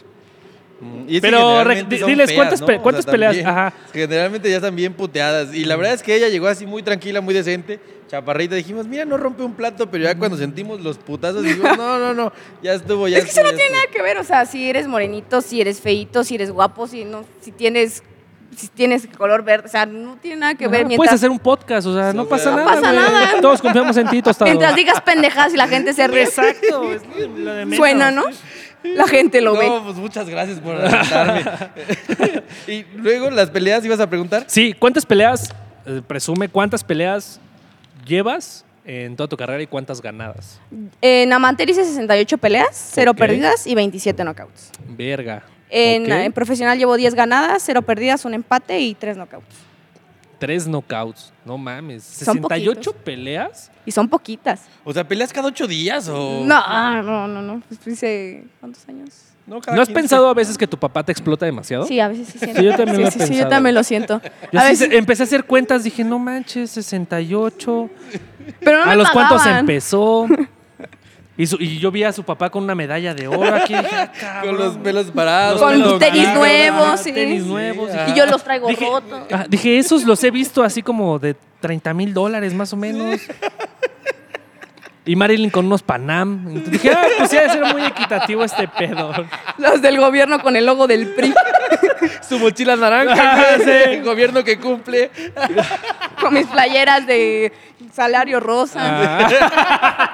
Speaker 2: Mm, y es que
Speaker 1: Pero
Speaker 2: generalmente
Speaker 1: re-
Speaker 2: son
Speaker 1: diles, ¿cuántas pe-
Speaker 2: sea,
Speaker 1: cuántas peleas?
Speaker 2: también,
Speaker 1: Ajá.
Speaker 2: Generalmente ya están bien puteadas. Y la verdad es que ella llegó así muy tranquila, muy decente, chaparrita. Dijimos, mira, no rompe un plato, pero ya cuando sentimos los putazos, dijimos, no, no, no, ya estuvo, ya
Speaker 3: Es que eso
Speaker 2: estuvo,
Speaker 3: no
Speaker 2: ya
Speaker 3: tiene nada
Speaker 2: estuvo".
Speaker 3: que ver, o sea, si eres morenito, si eres feito, si eres guapo, si no, si tienes, si tienes color verde, o sea, no tiene nada que ver
Speaker 1: Ah, Puedes
Speaker 3: mientras,
Speaker 1: hacer un podcast, o sea, no
Speaker 2: Sí,
Speaker 1: pasa
Speaker 2: no
Speaker 1: nada.
Speaker 3: pasa
Speaker 1: güey.
Speaker 3: nada.
Speaker 1: Todos confiamos en ti, tostado.
Speaker 3: mientras digas pendejadas y la gente se ríe.
Speaker 1: Exacto. es lo de menos.
Speaker 3: Suena, ¿no? La gente lo ve.
Speaker 2: No, pues muchas gracias por aceptarme. <laughs> y luego las peleas ibas a preguntar.
Speaker 1: Sí, ¿cuántas peleas, eh, presume, cuántas peleas llevas en toda tu carrera y cuántas ganadas?
Speaker 3: En amateur hice 68 peleas, 0
Speaker 1: Ok.
Speaker 3: perdidas y 27 knockouts.
Speaker 1: Verga.
Speaker 3: En,
Speaker 1: Ok.
Speaker 3: en profesional llevo 10 ganadas, 0 perdidas, un empate y 3 knockouts.
Speaker 1: Tres knockouts. No mames.
Speaker 3: Son
Speaker 1: 68
Speaker 3: poquitos.
Speaker 1: peleas.
Speaker 3: Y son poquitas.
Speaker 2: O sea, ¿peleas cada ocho días
Speaker 1: Oh.
Speaker 2: o...?
Speaker 3: No, ah, no, no, no. Pues hice, ¿cuántos años?
Speaker 2: No, cada
Speaker 1: ¿No has
Speaker 2: 15.
Speaker 1: pensado a veces que tu papá te explota demasiado?
Speaker 3: Sí, a veces sí siento.
Speaker 1: Sí, yo también
Speaker 3: sí,
Speaker 1: lo he
Speaker 3: sí, sí, yo
Speaker 1: pensado.
Speaker 3: también lo siento.
Speaker 1: Yo
Speaker 3: A
Speaker 1: sí
Speaker 3: veces,
Speaker 1: se- empecé a hacer cuentas, dije, no manches, 68.
Speaker 3: pero no
Speaker 1: ¿A
Speaker 3: me
Speaker 1: los cuantos
Speaker 3: pagaban. <laughs>
Speaker 1: empezó? Y, su- y yo vi a su papá con una medalla de oro aquí. dije, "Ah,
Speaker 2: <laughs> Con
Speaker 1: cabrón".
Speaker 2: los pelos parados.
Speaker 3: Con
Speaker 2: pelos
Speaker 3: tenis
Speaker 2: parados.
Speaker 3: nuevos, sí.
Speaker 1: Tenis nuevos.
Speaker 2: Sí,
Speaker 1: dije,
Speaker 3: Y yo los traigo
Speaker 1: Dije- <laughs>
Speaker 3: rotos.
Speaker 1: Ah, dije, esos los he visto así como de 30 mil dólares más o
Speaker 3: <laughs>
Speaker 1: menos. Y Marilyn con unos Panam. Entonces dije, ah, pues sí, ha de ser muy equitativo este pedo.
Speaker 3: Los del gobierno con el logo del PRI. <laughs>
Speaker 2: Su mochila naranja.
Speaker 1: <laughs> Ah, sí.
Speaker 2: El gobierno que cumple.
Speaker 3: con mis playeras de salario rosa.
Speaker 1: Ah.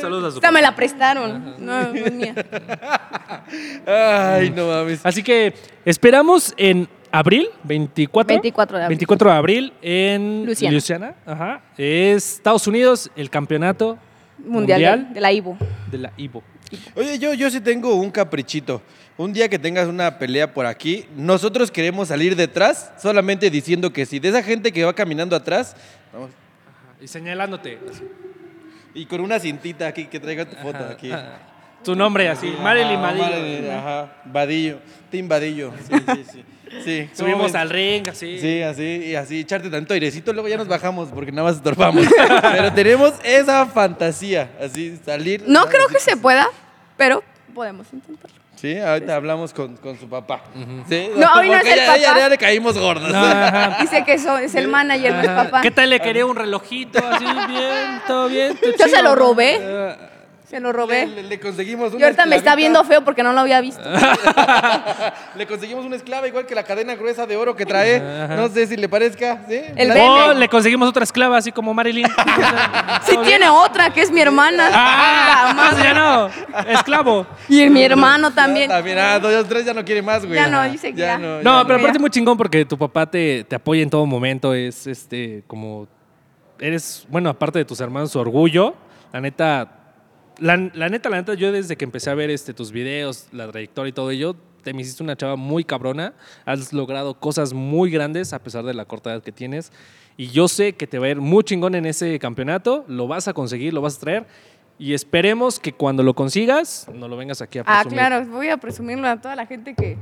Speaker 1: saludos a su
Speaker 3: Esta me la prestaron. No, no es mía.
Speaker 2: Ay, no mames.
Speaker 1: Así que esperamos en abril, 24.
Speaker 3: 24 de abril.
Speaker 1: 24 de abril en
Speaker 3: Luisiana.
Speaker 1: Luisiana. ajá. Es Estados Unidos, el campeonato
Speaker 3: Mundial,
Speaker 1: mundial,
Speaker 3: De, de la IBU.
Speaker 1: de la IBO.
Speaker 2: Oye, yo, yo sí tengo un caprichito. Un día que tengas una pelea por aquí, nosotros queremos salir detrás solamente diciendo que sí. De esa gente que va caminando atrás vamos,
Speaker 1: Y señalándote
Speaker 2: y con una cintita aquí que traiga tu foto aquí.
Speaker 1: tu nombre así, Marilyn
Speaker 2: Ajá,
Speaker 1: Madrid.
Speaker 2: Ah, Marilyn, Ajá, Vadillo. Team Vadillo. Sí, sí, sí. sí. ¿cómo
Speaker 1: Subimos
Speaker 2: ves?
Speaker 1: al ring así.
Speaker 2: Sí, así, y así, echarte tanto airecito, luego ya nos bajamos porque nada más estorbamos. <laughs> Pero tenemos esa fantasía, así, salir.
Speaker 3: No creo
Speaker 2: así,
Speaker 3: que se pueda, pero podemos intentarlo.
Speaker 2: Sí, ahorita hablamos con, con su papá. Sí,
Speaker 3: No, hoy no
Speaker 2: porque
Speaker 3: es el
Speaker 2: ya, ya-
Speaker 3: papá.
Speaker 2: ya le caímos gordos.
Speaker 1: No, ajá.
Speaker 3: Dice que eso es el manager, no es
Speaker 1: Ajá.
Speaker 3: papá.
Speaker 1: ¿Qué tal le quería un relojito así bien, todo bien?
Speaker 3: Yo se lo robé,
Speaker 2: Eh,
Speaker 3: se lo
Speaker 2: le,
Speaker 3: robé.
Speaker 2: le- le conseguimos una
Speaker 3: Y ahorita me está
Speaker 2: esclavita.
Speaker 3: viendo feo porque no lo
Speaker 1: <laughs>
Speaker 3: había visto.
Speaker 2: <laughs> Le conseguimos una esclava igual que la cadena gruesa de oro que trae. No sé si le parezca, ¿sí?
Speaker 3: El
Speaker 2: La-
Speaker 3: verde.
Speaker 1: O le conseguimos otra esclava así como
Speaker 3: <laughs>
Speaker 1: Marilyn.
Speaker 3: Sí tiene otra, que es mi hermana.
Speaker 1: ¡Ah!
Speaker 3: La madre.
Speaker 1: entonces ya no! ¡Esclavo!
Speaker 3: Y mi hermano también.
Speaker 2: También, ah, dos, tres ya no quiere más, güey.
Speaker 3: Ya no, dice que ya.
Speaker 2: no,
Speaker 1: No,
Speaker 2: ya
Speaker 1: pero
Speaker 3: no.
Speaker 1: aparte muy chingón porque tu papá te, te apoya en todo momento. Es este como. Eres, bueno, aparte de tus hermanos, su orgullo. La neta. La, la neta, la neta, yo desde que empecé a ver este, tus videos, la trayectoria y todo ello, te me hiciste una chava muy cabrona. Has logrado cosas muy grandes a pesar de la corta edad que tienes. Y yo sé que te va a ir muy chingón en ese campeonato. Lo vas a conseguir, lo vas a traer. Y esperemos que cuando lo consigas, no lo vengas aquí a
Speaker 3: Ah,
Speaker 1: presumir.
Speaker 3: claro, voy a presumirlo a toda la gente que,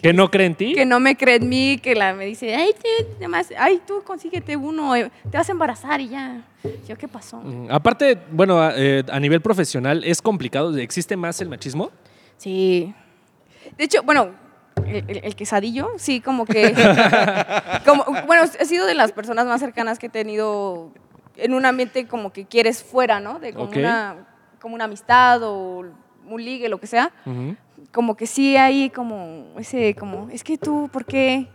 Speaker 1: Que no cree en ti.
Speaker 3: que no me cree en mí, que la, me dice, ay, tú, nomás- ay, tú consíguete uno, eh, te vas a embarazar y ya. Yo, ¿qué pasó?
Speaker 1: Mm, Aparte, bueno, a, eh, a nivel profesional es complicado, existe más el machismo.
Speaker 3: Sí. De hecho, bueno, el, el- el quesadillo, sí, como que. como, bueno, he sido de las personas más cercanas que he tenido en un ambiente como que quieres fuera, ¿no? De como,
Speaker 1: Ok.
Speaker 3: una, como una amistad o un ligue, lo que sea. Como que sí hay como ese, como, es que tú, ¿por qué?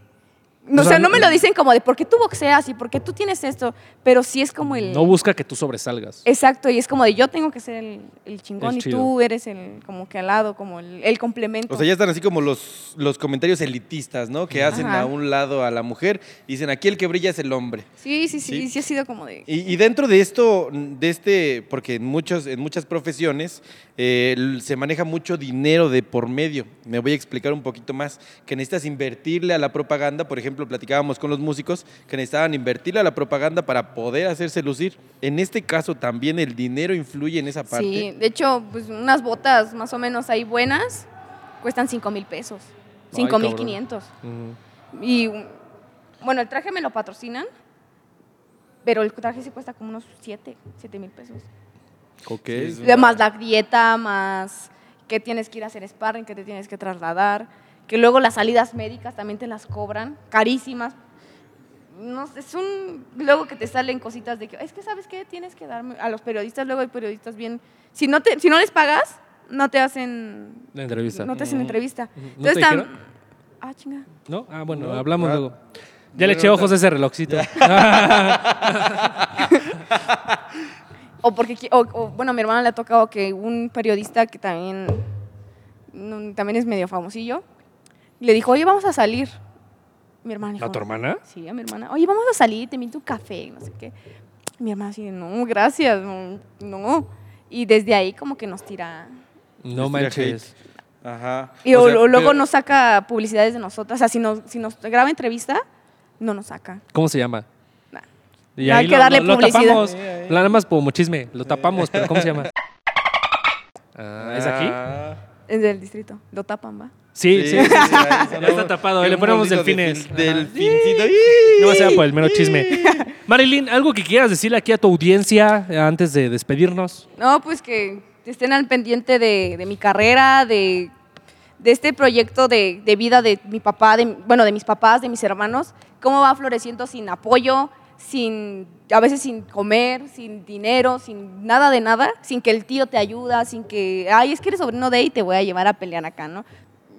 Speaker 1: O
Speaker 3: No, o sea,
Speaker 1: sea,
Speaker 3: no me lo dicen como de por qué tú boxeas y por qué tú tienes esto, pero sí es como el.
Speaker 1: No busca que tú sobresalgas.
Speaker 3: Exacto, y Eh, es como de yo tengo que ser el, el chingón
Speaker 1: El
Speaker 3: y
Speaker 1: chido.
Speaker 3: tú eres el como que al lado, como el, el complemento.
Speaker 2: O sea, ya están así como los, los comentarios elitistas, ¿no? Que hacen
Speaker 3: Ajá.
Speaker 2: a un lado a la mujer. y Dicen, aquí el que brilla es el hombre.
Speaker 3: Sí, sí, sí,
Speaker 2: Sí.
Speaker 3: sí, ha sido como de...
Speaker 2: Y, y dentro de esto, de este, porque en, muchos, en muchas profesiones eh, l- se maneja mucho dinero de por medio. Me voy a explicar un poquito más. Que necesitas invertirle a la propaganda. Por ejemplo, platicábamos con los músicos que necesitaban invertirle a la propaganda para poder hacerse lucir. En este caso también el dinero influye en esa parte.
Speaker 3: Sí, de hecho, pues unas botas más o menos ahí buenas cuestan 5 mil pesos,
Speaker 1: Ay,
Speaker 3: 5 mil
Speaker 1: cabrón.
Speaker 3: 500. Y un- bueno, el traje me lo patrocinan, pero el traje sí cuesta como unos 7, 7 mil pesos.
Speaker 1: Ok.
Speaker 2: Sí, es
Speaker 3: Más la dieta, más que tienes que ir a hacer sparring, que te tienes que trasladar, que luego las salidas médicas también te las cobran, carísimas. No sé, es un luego que te salen cositas de que es que sabes qué tienes que darme a los periodistas luego hay periodistas bien si no te si no les pagas no te hacen
Speaker 1: La entrevista.
Speaker 3: no te hacen
Speaker 1: Mm.
Speaker 3: entrevista
Speaker 1: ¿No te
Speaker 3: entonces tam-
Speaker 1: dijeron?
Speaker 3: ah chinga
Speaker 1: ¿No? Ah, bueno,
Speaker 2: No,
Speaker 1: hablamos
Speaker 2: ah.
Speaker 1: luego. Ya le
Speaker 2: Bueno,
Speaker 1: eché
Speaker 2: no.
Speaker 1: ojos a ese relojcito.
Speaker 3: O porque, qui- o- o, bueno, a mi hermana le ha tocado que un periodista que también, no, también es medio famosillo, le dijo, oye, vamos a salir. Mi hermana dijo,
Speaker 1: ¿A tu hermana?
Speaker 3: Sí, a mi hermana. Oye, vamos a salir, te invito un café, no sé qué. Mi hermana así, no, gracias, no. no". Y desde ahí como que nos tira.
Speaker 1: <laughs> No
Speaker 2: Mira,
Speaker 1: manches.
Speaker 2: hate. Ajá.
Speaker 3: Y
Speaker 2: O
Speaker 3: o-
Speaker 2: sea,
Speaker 3: o luego
Speaker 2: pero-
Speaker 3: nos saca publicidades de nosotras. O sea, si nos, si nos graba entrevista, no nos saca.
Speaker 1: ¿Cómo se llama?
Speaker 3: Nah.
Speaker 1: Y
Speaker 3: No hay
Speaker 1: ahí
Speaker 3: que darle publicidad.
Speaker 1: tapamos.
Speaker 2: Sí, ahí.
Speaker 1: Nada más como chisme. Lo tapamos, pero ¿cómo se llama? Ah, ¿Es aquí?
Speaker 2: Ah.
Speaker 3: Es del distrito. Lo tapan, va.
Speaker 1: Sí, sí. sí. <laughs>
Speaker 2: ahí sonó
Speaker 1: está tapado, ahí le
Speaker 2: un
Speaker 1: ponemos
Speaker 2: moldito de
Speaker 1: delfines.
Speaker 2: fil- delfincito.
Speaker 1: No sea por el mero chisme. Marilyn, ¿algo que quieras decirle aquí a tu audiencia eh, antes de despedirnos?
Speaker 3: No, pues que estén al pendiente de, de mi carrera, de, de este proyecto de, de vida de mi papá, de, bueno, de mis papás, de mis hermanos, cómo va floreciendo sin apoyo, sin, a veces sin comer, sin dinero, sin nada de nada, sin que el tío te ayuda, sin que, ay, es que eres sobrino de él y te voy a llevar a pelear acá, ¿no?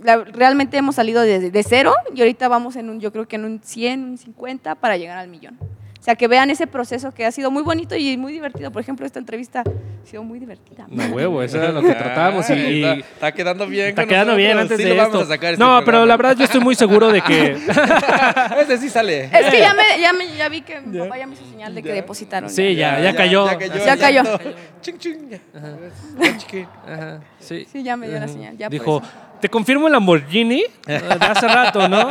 Speaker 3: La- realmente hemos salido desde de cero y ahorita vamos en un, yo creo que en un 100, un 50 para llegar al millón. O sea, que vean ese proceso que ha sido muy bonito y muy divertido. Por ejemplo, esta entrevista ha sido muy divertida.
Speaker 1: No huevo, eso era lo que tratábamos. y-
Speaker 2: <laughs> Ay,
Speaker 1: y
Speaker 2: está, está quedando bien.
Speaker 1: Está
Speaker 2: con
Speaker 1: quedando bien
Speaker 2: nosotros.
Speaker 1: antes
Speaker 2: Sí
Speaker 1: de
Speaker 2: lo
Speaker 1: esto.
Speaker 2: vamos a sacar este
Speaker 1: no, pero
Speaker 2: programa.
Speaker 1: la verdad yo estoy muy seguro de
Speaker 2: <laughs>
Speaker 1: que
Speaker 2: Ese sí sale.
Speaker 1: Eh,
Speaker 3: Es
Speaker 1: <laughs>
Speaker 3: que ya, me, ya, me- ya vi que mi papá ya me hizo señal de que depositaron.
Speaker 1: Sí, ya, ya cayó.
Speaker 2: Ya cayó.
Speaker 3: Ya cayó.
Speaker 2: exacto. Ching, ching. ya. Ya, chiqui.
Speaker 1: Ajá, sí.
Speaker 3: Sí, ya me dio la señal. Ya pues. por
Speaker 1: Dijo,
Speaker 3: eso.
Speaker 1: "Te confirmo el Lamborghini de hace rato, ¿no?"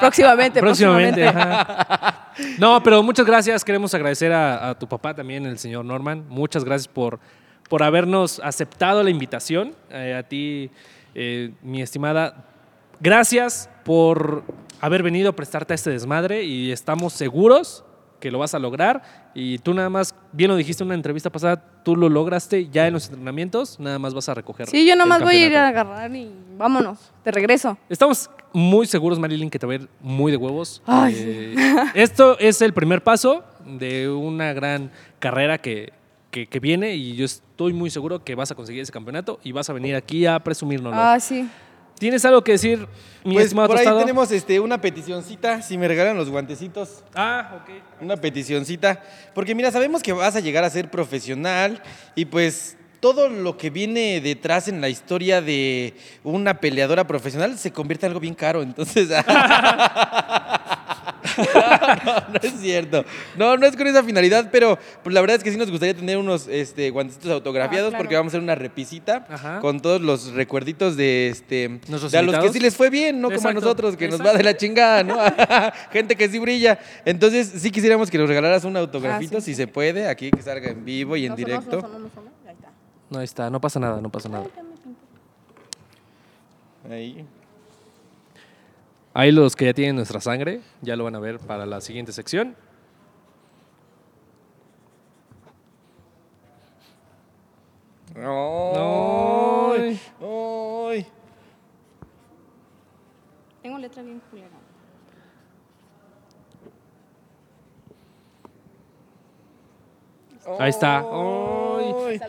Speaker 3: próximamente, próximamente.
Speaker 1: Próximamente. ajá. No, pero muchas gracias. Queremos agradecer a, a tu papá también, el señor Norman. Muchas gracias por, por habernos aceptado la invitación. Eh, a ti, eh, mi estimada, gracias por haber venido a prestarte a este desmadre y estamos seguros que lo vas a lograr. Y tú nada más, bien lo dijiste en una entrevista pasada, tú lo lograste ya en los entrenamientos, nada más vas a recoger.
Speaker 3: Sí, yo
Speaker 1: el
Speaker 3: nomás voy a ir
Speaker 1: campeonato.
Speaker 3: a agarrar y vámonos, te regreso.
Speaker 1: Estamos muy seguros, Marilyn, que te va a ir muy de huevos.
Speaker 3: Ay,
Speaker 1: Eh, esto es el primer paso de una gran carrera que, que- que viene y yo estoy muy seguro que vas a conseguir ese campeonato y vas a venir aquí a presumirnoslo.
Speaker 3: Ah, sí.
Speaker 1: ¿Tienes algo que decir, mi
Speaker 2: Pues
Speaker 1: estimado
Speaker 2: por ahí
Speaker 1: Tostado?
Speaker 2: tenemos este, una peticioncita. Si me regalan los guantecitos.
Speaker 1: Ah, ok.
Speaker 2: Una peticioncita. Porque mira, sabemos que vas a llegar a ser profesional y pues todo lo que viene detrás en la historia de una peleadora profesional se convierte en algo bien caro. Entonces... <laughs> no, no es cierto. No, no es con esa finalidad, pero pues, la verdad es que sí nos gustaría tener unos este, guantecitos autografiados
Speaker 3: Ah, claro.
Speaker 2: porque vamos a hacer una repisita
Speaker 1: Ajá.
Speaker 2: con todos los recuerditos de este
Speaker 1: Nuestros
Speaker 2: de a los que
Speaker 1: invitados.
Speaker 2: sí les fue bien, no como a
Speaker 1: Exacto,
Speaker 2: nosotros que nos va
Speaker 1: exacto.
Speaker 2: de la chingada, ¿no? <laughs> Gente que sí brilla. Entonces, sí quisiéramos que nos regalaras un autografito,
Speaker 3: Ah, sí.
Speaker 2: si se puede, aquí que salga en vivo y en
Speaker 3: No sonó,
Speaker 2: directo.
Speaker 3: no sonó, no sonó. Ahí está.
Speaker 1: No, ahí está, no pasa nada, no pasa nada.
Speaker 2: Ahí.
Speaker 1: Ahí los que ya tienen nuestra sangre, ya lo van a ver para la siguiente sección.
Speaker 2: Ay, ay.
Speaker 3: Tengo letra bien culera.
Speaker 1: Ahí está.
Speaker 2: Ay.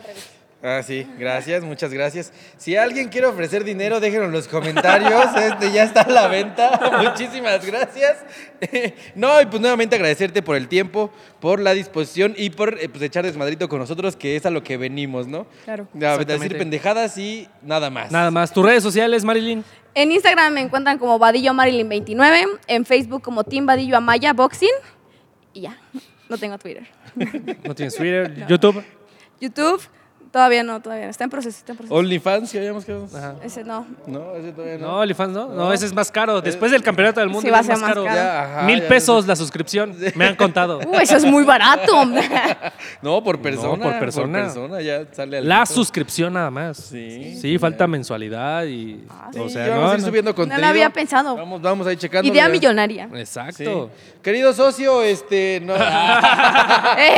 Speaker 2: Ah, sí, gracias, muchas gracias. Si alguien quiere ofrecer dinero, déjenlo en los comentarios. <laughs> Este ya está a la venta. <laughs> Muchísimas gracias. <laughs> No, y pues nuevamente agradecerte por el tiempo, por la disposición y por eh, pues, echar desmadrito con nosotros, que es a lo que venimos, ¿no?
Speaker 3: Claro.
Speaker 2: A
Speaker 1: Exactamente.
Speaker 2: decir pendejadas y nada más.
Speaker 1: Nada más. ¿Tus redes sociales, Marilyn?
Speaker 3: En Instagram me encuentran como Vadillo Marilyn 29, en Facebook como Team Vadillo Amaya Boxing y ya. No tengo Twitter.
Speaker 1: ¿No tienes Twitter? ¿YouTube?
Speaker 3: YouTube todavía no, todavía no. Está en proceso, está en proceso.
Speaker 2: OnlyFans, que habíamos quedado.
Speaker 1: Ajá.
Speaker 3: Ese no.
Speaker 2: No, ese todavía no. Eh,
Speaker 1: No, OnlyFans no. No, ese es más caro. Después del campeonato del mundo
Speaker 3: Sí, va a
Speaker 1: es
Speaker 3: ser
Speaker 1: más,
Speaker 3: más
Speaker 1: caro.
Speaker 3: caro.
Speaker 2: Ya, ajá,
Speaker 1: Mil
Speaker 2: ya.
Speaker 1: pesos la suscripción. Me han
Speaker 3: <laughs>
Speaker 1: contado.
Speaker 3: Uh, eso es muy barato.
Speaker 1: <laughs>
Speaker 2: No, por persona.
Speaker 1: por persona.
Speaker 2: persona, ya sale al.
Speaker 1: La suscripción nada más.
Speaker 2: Sí.
Speaker 1: Sí, falta mensualidad y.
Speaker 3: Ah.
Speaker 2: Sí,
Speaker 1: o sea,
Speaker 2: ya vamos
Speaker 1: no,
Speaker 2: a ir
Speaker 1: no.
Speaker 2: subiendo
Speaker 3: No
Speaker 2: contenido.
Speaker 3: lo había pensado.
Speaker 2: Vamos, vamos ahí checando.
Speaker 3: Idea millonaria.
Speaker 1: Exacto.
Speaker 2: Sí. Querido socio, este. No,
Speaker 1: <laughs>
Speaker 2: <laughs>
Speaker 3: Eh,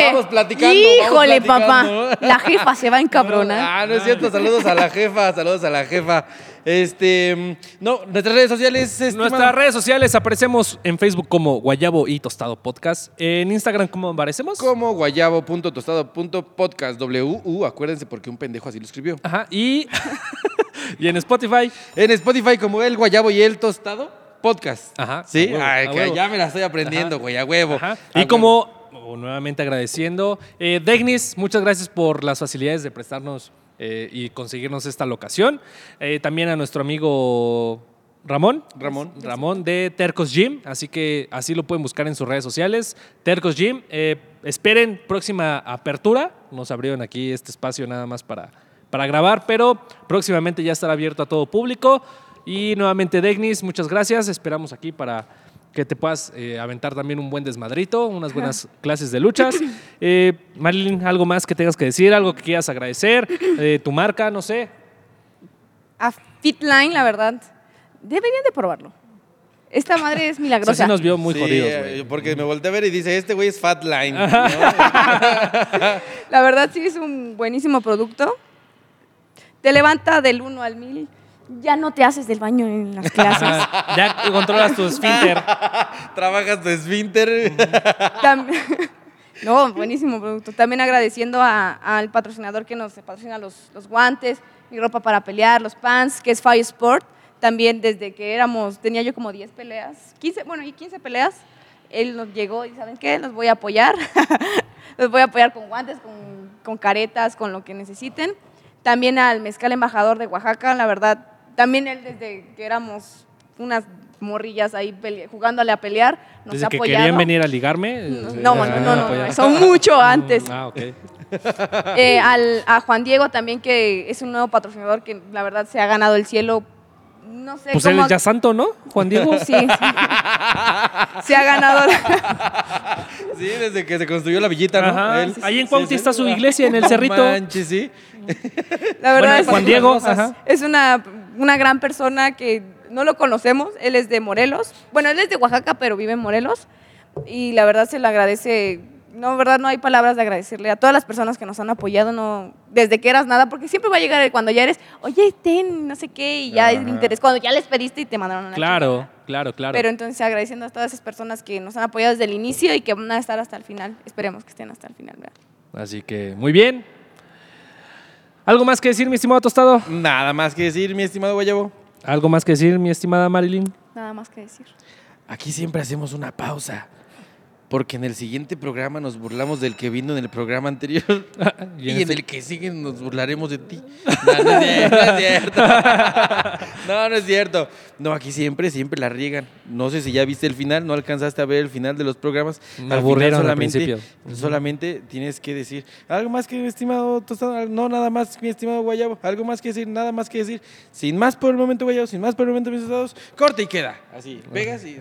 Speaker 2: vamos platicando. vamos
Speaker 3: Híjole,
Speaker 2: platicando. <laughs>
Speaker 3: papá. La jefa se va a tan cabrona.
Speaker 2: Ah, no es cierto. Saludos a la jefa, saludos a la jefa. Este, mm, no, nuestras redes sociales. este estimado.
Speaker 1: Nuestras redes sociales aparecemos en Facebook como Guayabo y Tostado Podcast. En Instagram, ¿cómo aparecemos?
Speaker 2: Como guayabo.tostado.podcast. W, U, acuérdense porque un pendejo así lo escribió.
Speaker 1: Ajá. Y, <laughs> y en Spotify.
Speaker 2: En Spotify como El Guayabo y El Tostado Podcast.
Speaker 1: Ajá, a
Speaker 2: Sí,
Speaker 1: huevo,
Speaker 2: Ay,
Speaker 1: a
Speaker 2: que
Speaker 1: huevo.
Speaker 2: ya me la estoy aprendiendo,
Speaker 1: Ajá.
Speaker 2: güey, a huevo.
Speaker 1: Ajá.
Speaker 2: A
Speaker 1: Y
Speaker 2: huevo.
Speaker 1: como oh, nuevamente agradeciendo, eh, Degnis, muchas gracias por las facilidades de prestarnos eh, y conseguirnos esta locación. Eh, también a nuestro amigo Ramón.
Speaker 2: Ramón.
Speaker 1: Ramón de Tercos Gym, así que así lo pueden buscar en sus redes sociales. Tercos Gym, eh, esperen próxima apertura. Nos abrieron aquí este espacio nada más para, para grabar, pero próximamente ya estará abierto a todo público. Y nuevamente, Degnis, muchas gracias. Esperamos aquí para que te puedas eh, aventar también un buen desmadrito, unas buenas <laughs> clases de luchas. Eh, Marilyn, algo más que tengas que decir, algo que quieras agradecer, eh, tu marca, no sé.
Speaker 3: A Fitline, la verdad. Deberían de probarlo. Esta madre
Speaker 1: O
Speaker 3: es
Speaker 1: sea,
Speaker 3: milagrosa.
Speaker 1: sí nos vio muy
Speaker 2: Sí,
Speaker 1: jodidos,
Speaker 2: eh,
Speaker 1: güey.
Speaker 2: Porque me volteé a ver y dice, este güey es Fatline. ¿no?
Speaker 3: La verdad sí es un buenísimo producto. Te levanta del 1 al 1000. Ya no te haces del baño en las clases.
Speaker 1: Ajá. Ya controlas
Speaker 3: <laughs>
Speaker 1: tu esfínter.
Speaker 2: Trabajas
Speaker 1: <laughs>
Speaker 2: de esfínter.
Speaker 3: Tam- <laughs> no, buenísimo producto. También agradeciendo a- al patrocinador que nos patrocina los, los guantes, mi ropa para pelear, los pants, que es Fire Sport. También desde que éramos, tenía yo como 10 peleas, 15, bueno, y 15 peleas. Él nos llegó y ¿saben qué? Los voy a apoyar. <laughs> los voy a apoyar con guantes, con, con caretas, con lo que necesiten. También al mezcal embajador de Oaxaca, la verdad, también él desde que éramos unas morrillas ahí pele- jugándole a pelear, nos
Speaker 1: Desde
Speaker 3: ha
Speaker 1: que
Speaker 3: apoyado.
Speaker 1: querían venir a ligarme.
Speaker 3: No, no,
Speaker 1: eh,
Speaker 3: no, no, no,
Speaker 1: apoyaron. <laughs>
Speaker 3: son mucho antes.
Speaker 1: Ah, ok.
Speaker 3: Eh, al- a Juan Diego también, que es un nuevo patrocinador que la verdad se ha ganado el cielo. No sé
Speaker 1: Pues él
Speaker 3: cómo.
Speaker 1: es ya santo, ¿no?
Speaker 3: <laughs>
Speaker 1: Juan Diego.
Speaker 3: Sí, sí. se ha ganado.
Speaker 2: Sí, desde que se construyó la villita, ¿no?
Speaker 1: Ajá.
Speaker 2: Él-
Speaker 1: Ahí en
Speaker 2: Sí,
Speaker 1: Cuauhti
Speaker 2: sí.
Speaker 1: está su iglesia, en el
Speaker 2: No
Speaker 1: cerrito.
Speaker 2: manches, sí.
Speaker 3: La verdad
Speaker 1: Bueno,
Speaker 3: es,
Speaker 1: Juan Diego, ajá.
Speaker 3: es una, una gran persona que no lo conocemos. Él es de Morelos. Bueno, él es de Oaxaca, pero vive en Morelos. Y la verdad se le agradece. No, verdad, no hay palabras de agradecerle a todas las personas que nos han apoyado no, desde que eras nada, porque siempre va a llegar el cuando ya eres, oye, ten, no sé qué, y ya es el
Speaker 2: Ajá.
Speaker 3: interés, cuando ya les pediste y te mandaron una
Speaker 1: Claro, claro, claro.
Speaker 3: Pero entonces agradeciendo a todas esas personas que nos han apoyado desde el inicio y que van a estar hasta el final. Esperemos que estén hasta el final. ¿verdad?
Speaker 1: Así que, muy bien. ¿Algo más que decir, mi estimado Tostado?
Speaker 2: Nada más que decir, mi estimado Guayabo.
Speaker 1: ¿Algo más que decir, mi estimada Marilyn?
Speaker 3: Nada más que decir.
Speaker 2: Aquí siempre hacemos una pausa. Porque en el siguiente programa nos burlamos del que vino en el programa anterior.
Speaker 1: Y
Speaker 2: <laughs> Y
Speaker 1: en
Speaker 2: en,
Speaker 1: este-
Speaker 2: el que sigue nos burlaremos de ti. No, no es cierto. No, es cierto. <laughs> no, no es cierto. No, aquí siempre, siempre la riegan. No sé si ya viste el final, no alcanzaste a ver el final de los programas.
Speaker 1: Me
Speaker 2: Al
Speaker 1: aburrieron al
Speaker 2: final solamente-
Speaker 1: principio.
Speaker 2: Solamente tienes que decir algo más que mi estimado Tostado. No, nada más, mi estimado Guayabo. Algo más que decir, nada más que decir. Sin más por el momento, Guayabo. Sin más por el momento, mis estados. Corte y queda. Así, pegas y, y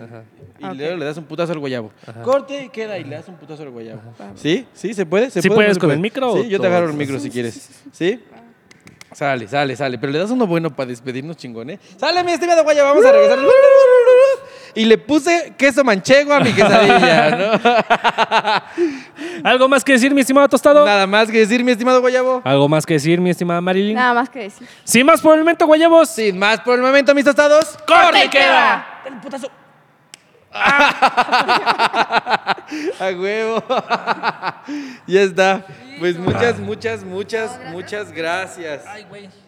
Speaker 3: Ok.
Speaker 2: luego le das un putazo al Guayabo. Corte y queda y le das un putazo al Guayabo.
Speaker 3: Ajá.
Speaker 2: ¿Sí? ¿Sí? ¿Se puede? ¿Se
Speaker 1: ¿Sí
Speaker 2: puede o no
Speaker 1: puedes
Speaker 2: se
Speaker 1: con
Speaker 2: puede?
Speaker 1: el micro o
Speaker 2: Sí, yo te agarro el
Speaker 1: todo?
Speaker 2: micro si quieres. ¿Sí? Sale, sale, sale. Pero le das uno bueno para despedirnos, chingón, ¿eh? Sale, mi estimado Guaya, vamos a regresar. Y le puse queso manchego a
Speaker 1: <laughs>
Speaker 2: mi quesadilla, ¿no?
Speaker 1: ¿Algo más que decir, mi estimado Tostado?
Speaker 2: Nada más que decir, mi estimado Guayabo.
Speaker 1: ¿Algo más que decir, mi estimada Marilyn?
Speaker 3: Nada más que decir.
Speaker 1: Sin más por el momento, guayabos.
Speaker 2: Sin más por el momento, mis tostados.
Speaker 1: ¡Corte y queda!
Speaker 2: A huevo. <laughs> ya está. Pues muchas, muchas, muchas, muchas gracias.
Speaker 1: güey.